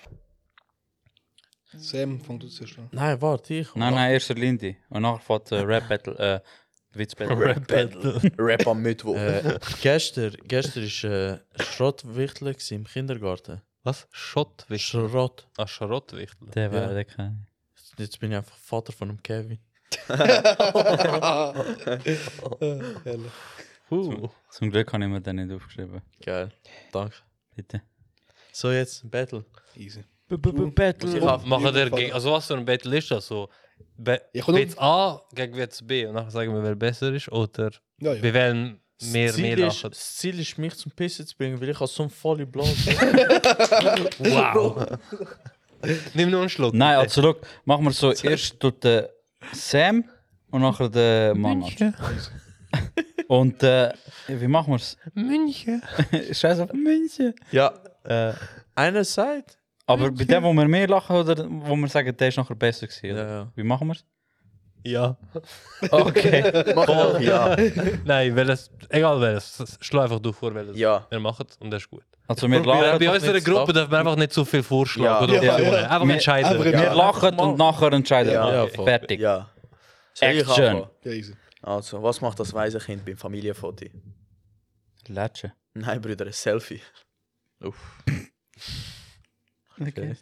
S3: Sam, fang du zuerst an.
S5: Nein, warte, ich.
S4: Nein, nein, erster Lindy. Und nachher fährt äh, Rap Battle, äh, Witz Battle.
S1: Rap Battle. Rap am Mittwoch.
S5: Äh, gestern, gestern ist äh, Schrottwichtel gewesen im Kindergarten.
S2: Was? Schottwichtel.
S5: Schrott.
S2: Ah, Schrottwichtel.
S4: Der war
S5: Ja.
S4: der keine.
S5: Jetzt bin ich einfach Vater von dem Kevin.
S3: Ehrlich.
S2: Uh.
S4: Zum Glück habe ich mir den nicht aufgeschrieben.
S5: Geil. Danke.
S4: Bitte.
S5: So jetzt Battle.
S3: Easy.
S4: Battle.
S2: Hm. Ich hab, machen der
S3: Fall.
S2: gegen, also was für ein Battle ist das so? Be
S3: Ich komm-
S2: Witz A gegen Witz B und nachher sagen wir, wer besser ist oder
S3: Ja,
S2: wir
S3: ja.
S2: wählen mehr,
S5: das, Ziel
S2: mehr
S5: ist,
S2: lachen.
S5: das Ziel ist, mich zum Pissen zu bringen, weil ich habe so eine volle Blase.
S2: Wow. Nimm nur einen Schluck.
S4: Nein, also schau, machen wir so, erst tut der Sam und nachher der Mann. Und äh, wie machen wir es?
S2: München.
S4: Scheiß auf München.
S5: ja,
S4: Äh,
S5: einer sagt.
S4: aber bei dem, wo wir mehr lachen oder wo wir sagen, der ist nachher besser gewesen.
S5: Ja,
S4: oder?
S5: ja.
S4: Wie machen wir es?
S2: Ja.
S4: Okay.
S1: Mach doch, ja.
S2: Nein, welches, egal welches. Schlag einfach du vor, welches.
S1: Ja.
S2: Wir machen es und das ist gut.
S4: Also wir
S2: Bei,
S4: lachen,
S2: bei
S5: einfach
S2: unserer
S5: nicht
S2: Gruppe
S5: zu
S2: dürfen wir einfach nicht zu viel vorschlagen.
S1: Ja.
S2: Oder
S3: Ja,
S2: Optionen.
S3: ja.
S2: Einfach
S4: Wir-
S2: entscheiden.
S3: einfach
S2: ja.
S4: wir lachen
S5: mal.
S4: und nachher entscheiden
S1: Ja,
S4: wir.
S5: ja, voll.
S4: Fertig.
S1: Ja. Soll ich
S4: Action.
S1: anfangen?
S3: Ja, easy.
S1: Also, was macht das weise Kind beim Familienfoto?
S4: Latschen.
S1: Nein, Brüder, ein Selfie.
S4: Okay.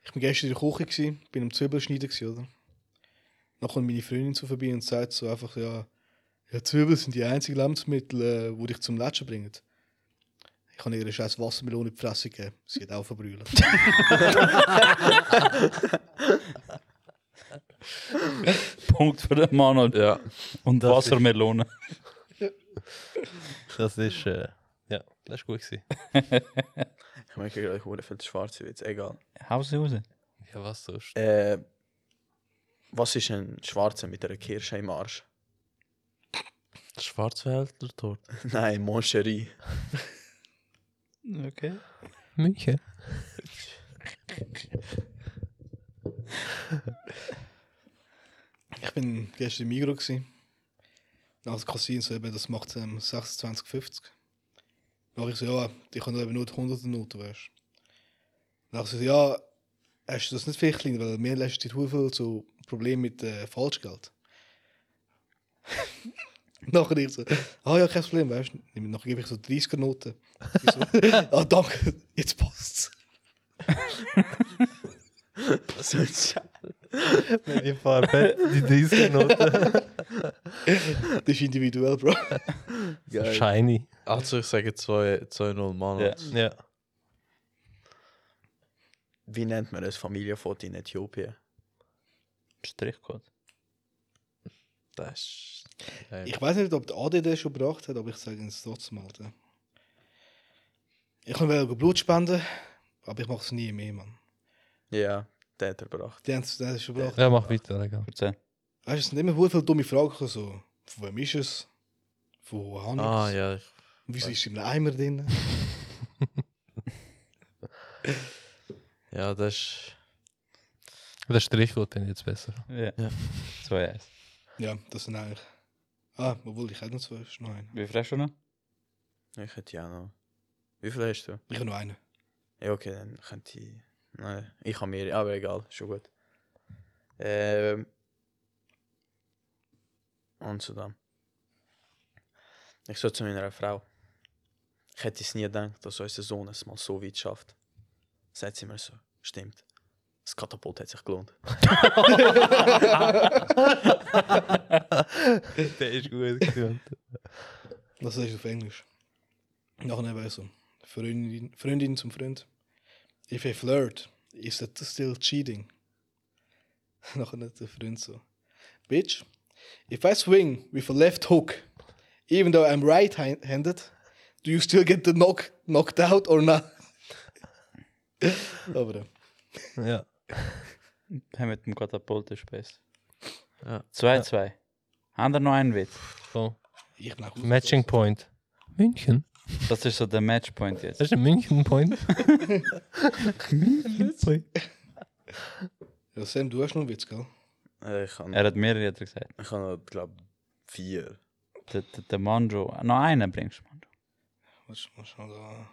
S3: Ich war gestern in der Küche, gewesen, bin am Zwiebelschneiden, gewesen, oder? Dann kommt meine Freundin zu vorbei und sagt so einfach, ja, ja Zwiebeln sind die einzigen Lebensmittel, äh, die dich zum Latschen bringen. Ich habe ihr eine scheiß Wassermelone in die Fresse gegeben. Sie hat auch verbrüllt.
S4: Punkt für den Mann und,
S5: Ja.
S4: und Wassermelone.
S2: Das ist, äh, ja, das ist gut gewesen.
S1: Ich merke gerade, ich wurde viel schwarze Witz. Egal.
S4: Hau sie raus.
S2: Ja, was sonst?
S1: Äh, was ist ein Schwarzer mit einer Kirsche im Arsch?
S5: Schwarzwälder dort.
S1: Nein, Moncherie.
S4: Okay.
S2: München.
S3: Ich bin gestern im Migros. gewesen. Also Kassin, so eben, das macht ähm, 26, 50. Dann habe ich so, ja, ich kann da eben nur die 100er Note, weißt du. Dann habe ich so, ja, hast du das nicht vielleicht klein, weil mir lässt die viel so Probleme mit äh, Falschgeld. nachher ich so, ah ja, kein Problem, weißt du. Nachher gebe ich so 30er Noten. Ich so, ah danke, jetzt passt's.
S2: Ich fahre Bett, die 30 Noten.
S3: Das ist individuell, Bro.
S2: Shiny.
S5: Also ich sage 2-0 Mann.
S4: Ja.
S2: Ja.
S1: Wie nennt man das Familienfoto in Äthiopien?
S4: Strichcode.
S5: Das ist...
S3: Ich weiß nicht, ob der AD das schon gebracht hat, aber ich sage es trotzdem, Alter. Ich wollte Blut spenden, aber ich mache es nie mehr, Mann.
S1: Ja, der hat er gebracht.
S3: Die haben es die haben es schon gebracht.
S2: Ja, mach weiter, Digga.
S4: Erzähl.
S3: Weißt du, es sind immer sehr viele dumme Fragen gekommen, so. Von wem ist es? Von wo habe ich
S5: Ah
S3: es?
S5: ja, ich-
S3: Wieso ist es im Eimer drin?
S5: ja, das ist...
S2: Der Strichcode bin ich jetzt besser.
S4: Ja.
S5: Ja.
S4: 2-1.
S3: ja, das sind eigentlich. Ah, obwohl ich hätte noch zwei. Ist noch einen.
S4: Wie viel hast du noch?
S1: Ich hätte ja noch. Wie viel hast du?
S3: Ich habe noch einen.
S1: Ja, okay, dann könnte ich. Nein, ich habe mehr, aber egal, schon gut. Ähm. Und so dann. Ich so zu meiner Frau. Ich hätte es nie gedacht, dass unser Sohn es mal so weit schafft. Sagt sie mir so, stimmt. Das Katapult hat sich gelohnt.
S2: Der ist gut gewesen.
S3: Das ist auf Englisch. Nachher eben so. Freundin, Freundin zum Freund. If I flirt, is that still cheating? Nachher der Freund so. Bitch, if I swing with a left hook, even though I'm right-handed, do you still get the knock knocked out or not? Aber äh,
S2: Ja.
S4: Hey, mit dem Katapult ist besser.
S5: Ja.
S4: 2-2. Haben wir noch einen Witz?
S2: So.
S3: ich bin auch
S2: Matching Point. München?
S4: Das ist so der Matchpoint jetzt.
S2: Das ist ein München Point.
S3: Ja, Sam, du hast noch einen Witz, gell?
S1: Äh, Ich habe,
S4: Er hat mehrere hat er gesagt.
S1: ich habe glaube vier.
S4: Der, der, der Manjo. Noch einen bringst du, Manjo.
S3: Was muss man da?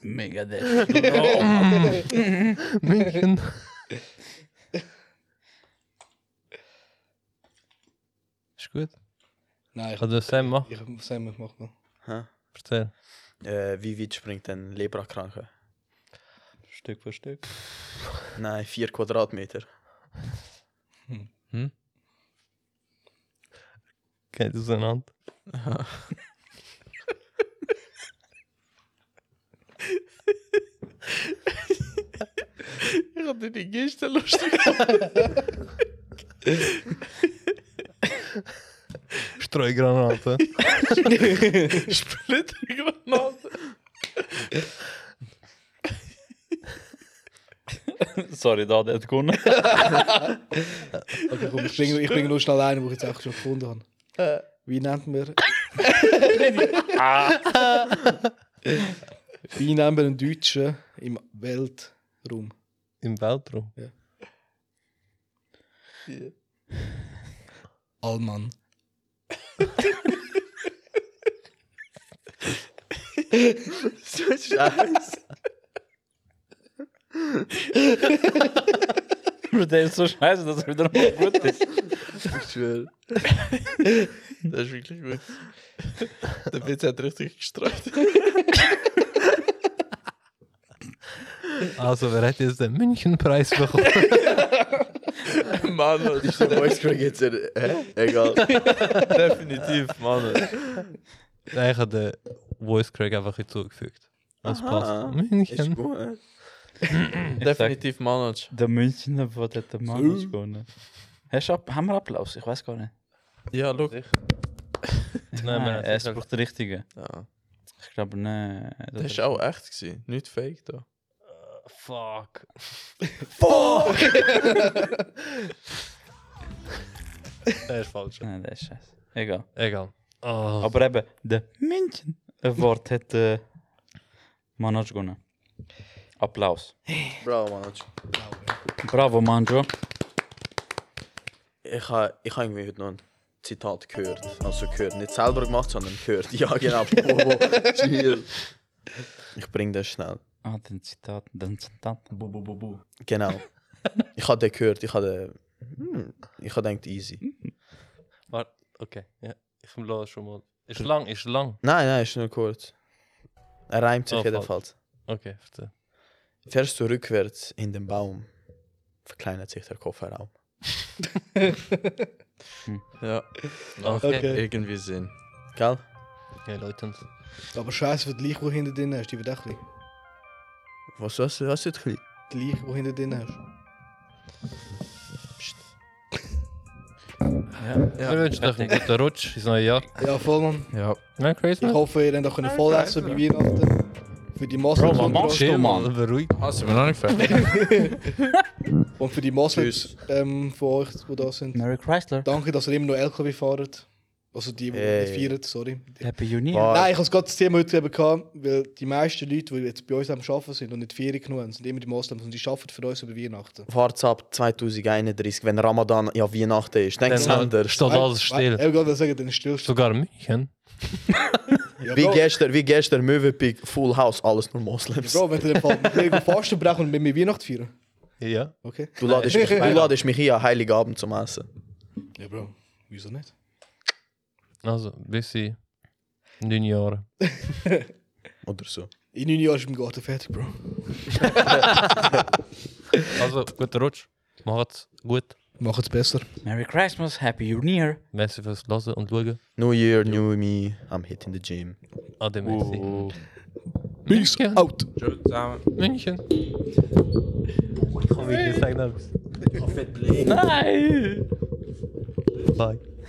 S4: Mega der.
S2: München. ist gut.
S3: Nein, ich,
S2: Kann der Sam machen?
S3: ich Sam, ich mach noch.
S1: Hä?
S2: Erzähl.
S1: Äh, wie weit springt ein Lebrakranke?
S4: Stück für Stück.
S1: Nein, vier Quadratmeter.
S2: Geht auseinander.
S5: Ich hatte die Geste lustig.
S2: Streugranate.
S5: Splittergranate.
S4: Sorry, da hat er gewonnen.
S3: Okay, komm, ich bringe, ich bringe nur schnell einen, den ich jetzt einfach schon gefunden habe. Wie nennt man. Wie nennt man einen Deutschen im Weltraum?
S2: Im Weltraum.
S3: Allmann.
S4: Bro, der ist so scheiße, dass er wieder mal gut ist.
S5: Ich schwöre. Das ist wirklich gut. Der Witz hat richtig gestreut.
S2: Also, wer hat jetzt den Münchenpreis bekommen?
S5: Mann, das ist der
S1: Voice Crack jetzt. Hä? Egal.
S5: definitiv, Mann.
S2: Nein, ich habe den Voice Craig einfach hinzugefügt. Das
S1: Aha.
S2: passt.
S1: Ist
S2: München.
S1: gut.
S5: Definitiv Mann.
S4: Der Münchner, wo der der Mann ist gewonnen. Hast du ab, haben wir Applaus? Ich weiß gar nicht.
S5: Ja, look.
S2: Nein, wir haben
S4: es
S2: nicht.
S4: braucht den richtigen.
S5: Ja.
S4: Ich glaube, nein.
S5: Das ist auch echt gewesen. Nicht fake da.
S2: Fuck. Fuck! der ist falsch.
S4: Nein, der ist scheiße. Egal.
S2: Egal. Ah.
S4: Aber eben, der München Award hat äh, Manoj gewonnen. Applaus.
S1: Bravo, Manoj.
S4: Bravo, Manjo.
S1: ich habe ich ha irgendwie heute noch ein Zitat gehört. Also gehört, nicht selber gemacht, sondern gehört. Ja, genau. Bobo. Chill. Ich bringe das schnell.
S4: Ah, den Zitat, den Zitat.
S1: Genau. Ich habe den gehört. Ich habe den. Hm, ich habe gedacht, easy.
S2: Warte, okay. Ja, ich lasse schon mal. Ist lang, ist lang.
S1: Nein, nein, ist nur kurz. Er reimt sich
S2: Oh,
S1: jedenfalls.
S2: Okay, verstehe.
S1: Fährst du rückwärts in den Baum, verkleinert sich der Kofferraum.
S5: Ja, Nou,
S2: Okay.
S3: Okay.
S5: irgendwie Sinn.
S1: Gell?
S2: okay, Leute.
S3: Aber scheiße, für die Leiche, die hinter drin hast, die wird auch klein.
S1: Was hast du, was hast du
S3: Die Leiche, die hinter drin hast.
S2: Wir wünschen euch einen guten Rutsch ins neue Jahr.
S3: Ja, voll, Mann.
S5: Ja.
S2: Merry
S3: Ich
S2: Christmas.
S3: hoffe, ihr habt auch können voll essen bei Weihnachten. Für die
S4: Bro, Mann,
S3: Maßnahmen
S4: Mann. Chill, Mann.
S2: Beruhig.
S5: Hast du mir noch nicht fertig?
S3: und für die Maßnahmen ähm, von euch, die da sind.
S4: Mary Chrysler.
S3: Danke, dass ihr immer noch LKW fahrt. Also die, die
S1: Ey.
S3: hey. feiern, sorry.
S4: Happy Juni.
S3: Nein, ich habe gerade das Thema heute eben gehabt, weil die meisten Leute, die jetzt bei uns am Arbeiten sind und nicht die Ferien genommen haben, sind immer die Maßnahmen und die arbeiten für uns über Weihnachten.
S1: Wart's ab 2031, wenn Ramadan ja Weihnachten ist. Denk's
S2: Dann-
S1: anders.
S2: Steht alles
S3: Ich
S2: still.
S3: wollte gerade sagen, dann stillst du.
S2: Sogar München.
S3: Ja,
S1: Wie
S3: Bro,
S1: gestern, wie gestern, Mövenpick, Full House, alles nur Moslems.
S3: Bro, wenn du den Fall wenn wir Fasten brauchen und mit mir Weihnachten feiern.
S2: Ja.
S3: Okay?
S1: Du ladest mich, du ladest mich hier an Heiligabend zum Essen.
S3: Ja, Bro. Wieso nicht?
S2: Also, bis in neun Jahren.
S1: Oder so.
S3: In neun Jahren ist mein Garten fertig, Bro.
S2: Also, guten Rutsch. Macht's gut.
S3: Mach es besser.
S4: Merry Christmas, Happy New Year.
S2: Merci fürs Hören und Schauen.
S1: New Year, New Me, I'm hitting the gym.
S2: Ade, merci.
S3: Peace
S2: München.
S3: out.
S5: Tschüss zusammen.
S2: München. Ich kann wirklich sagen,
S4: Nein!
S2: bye.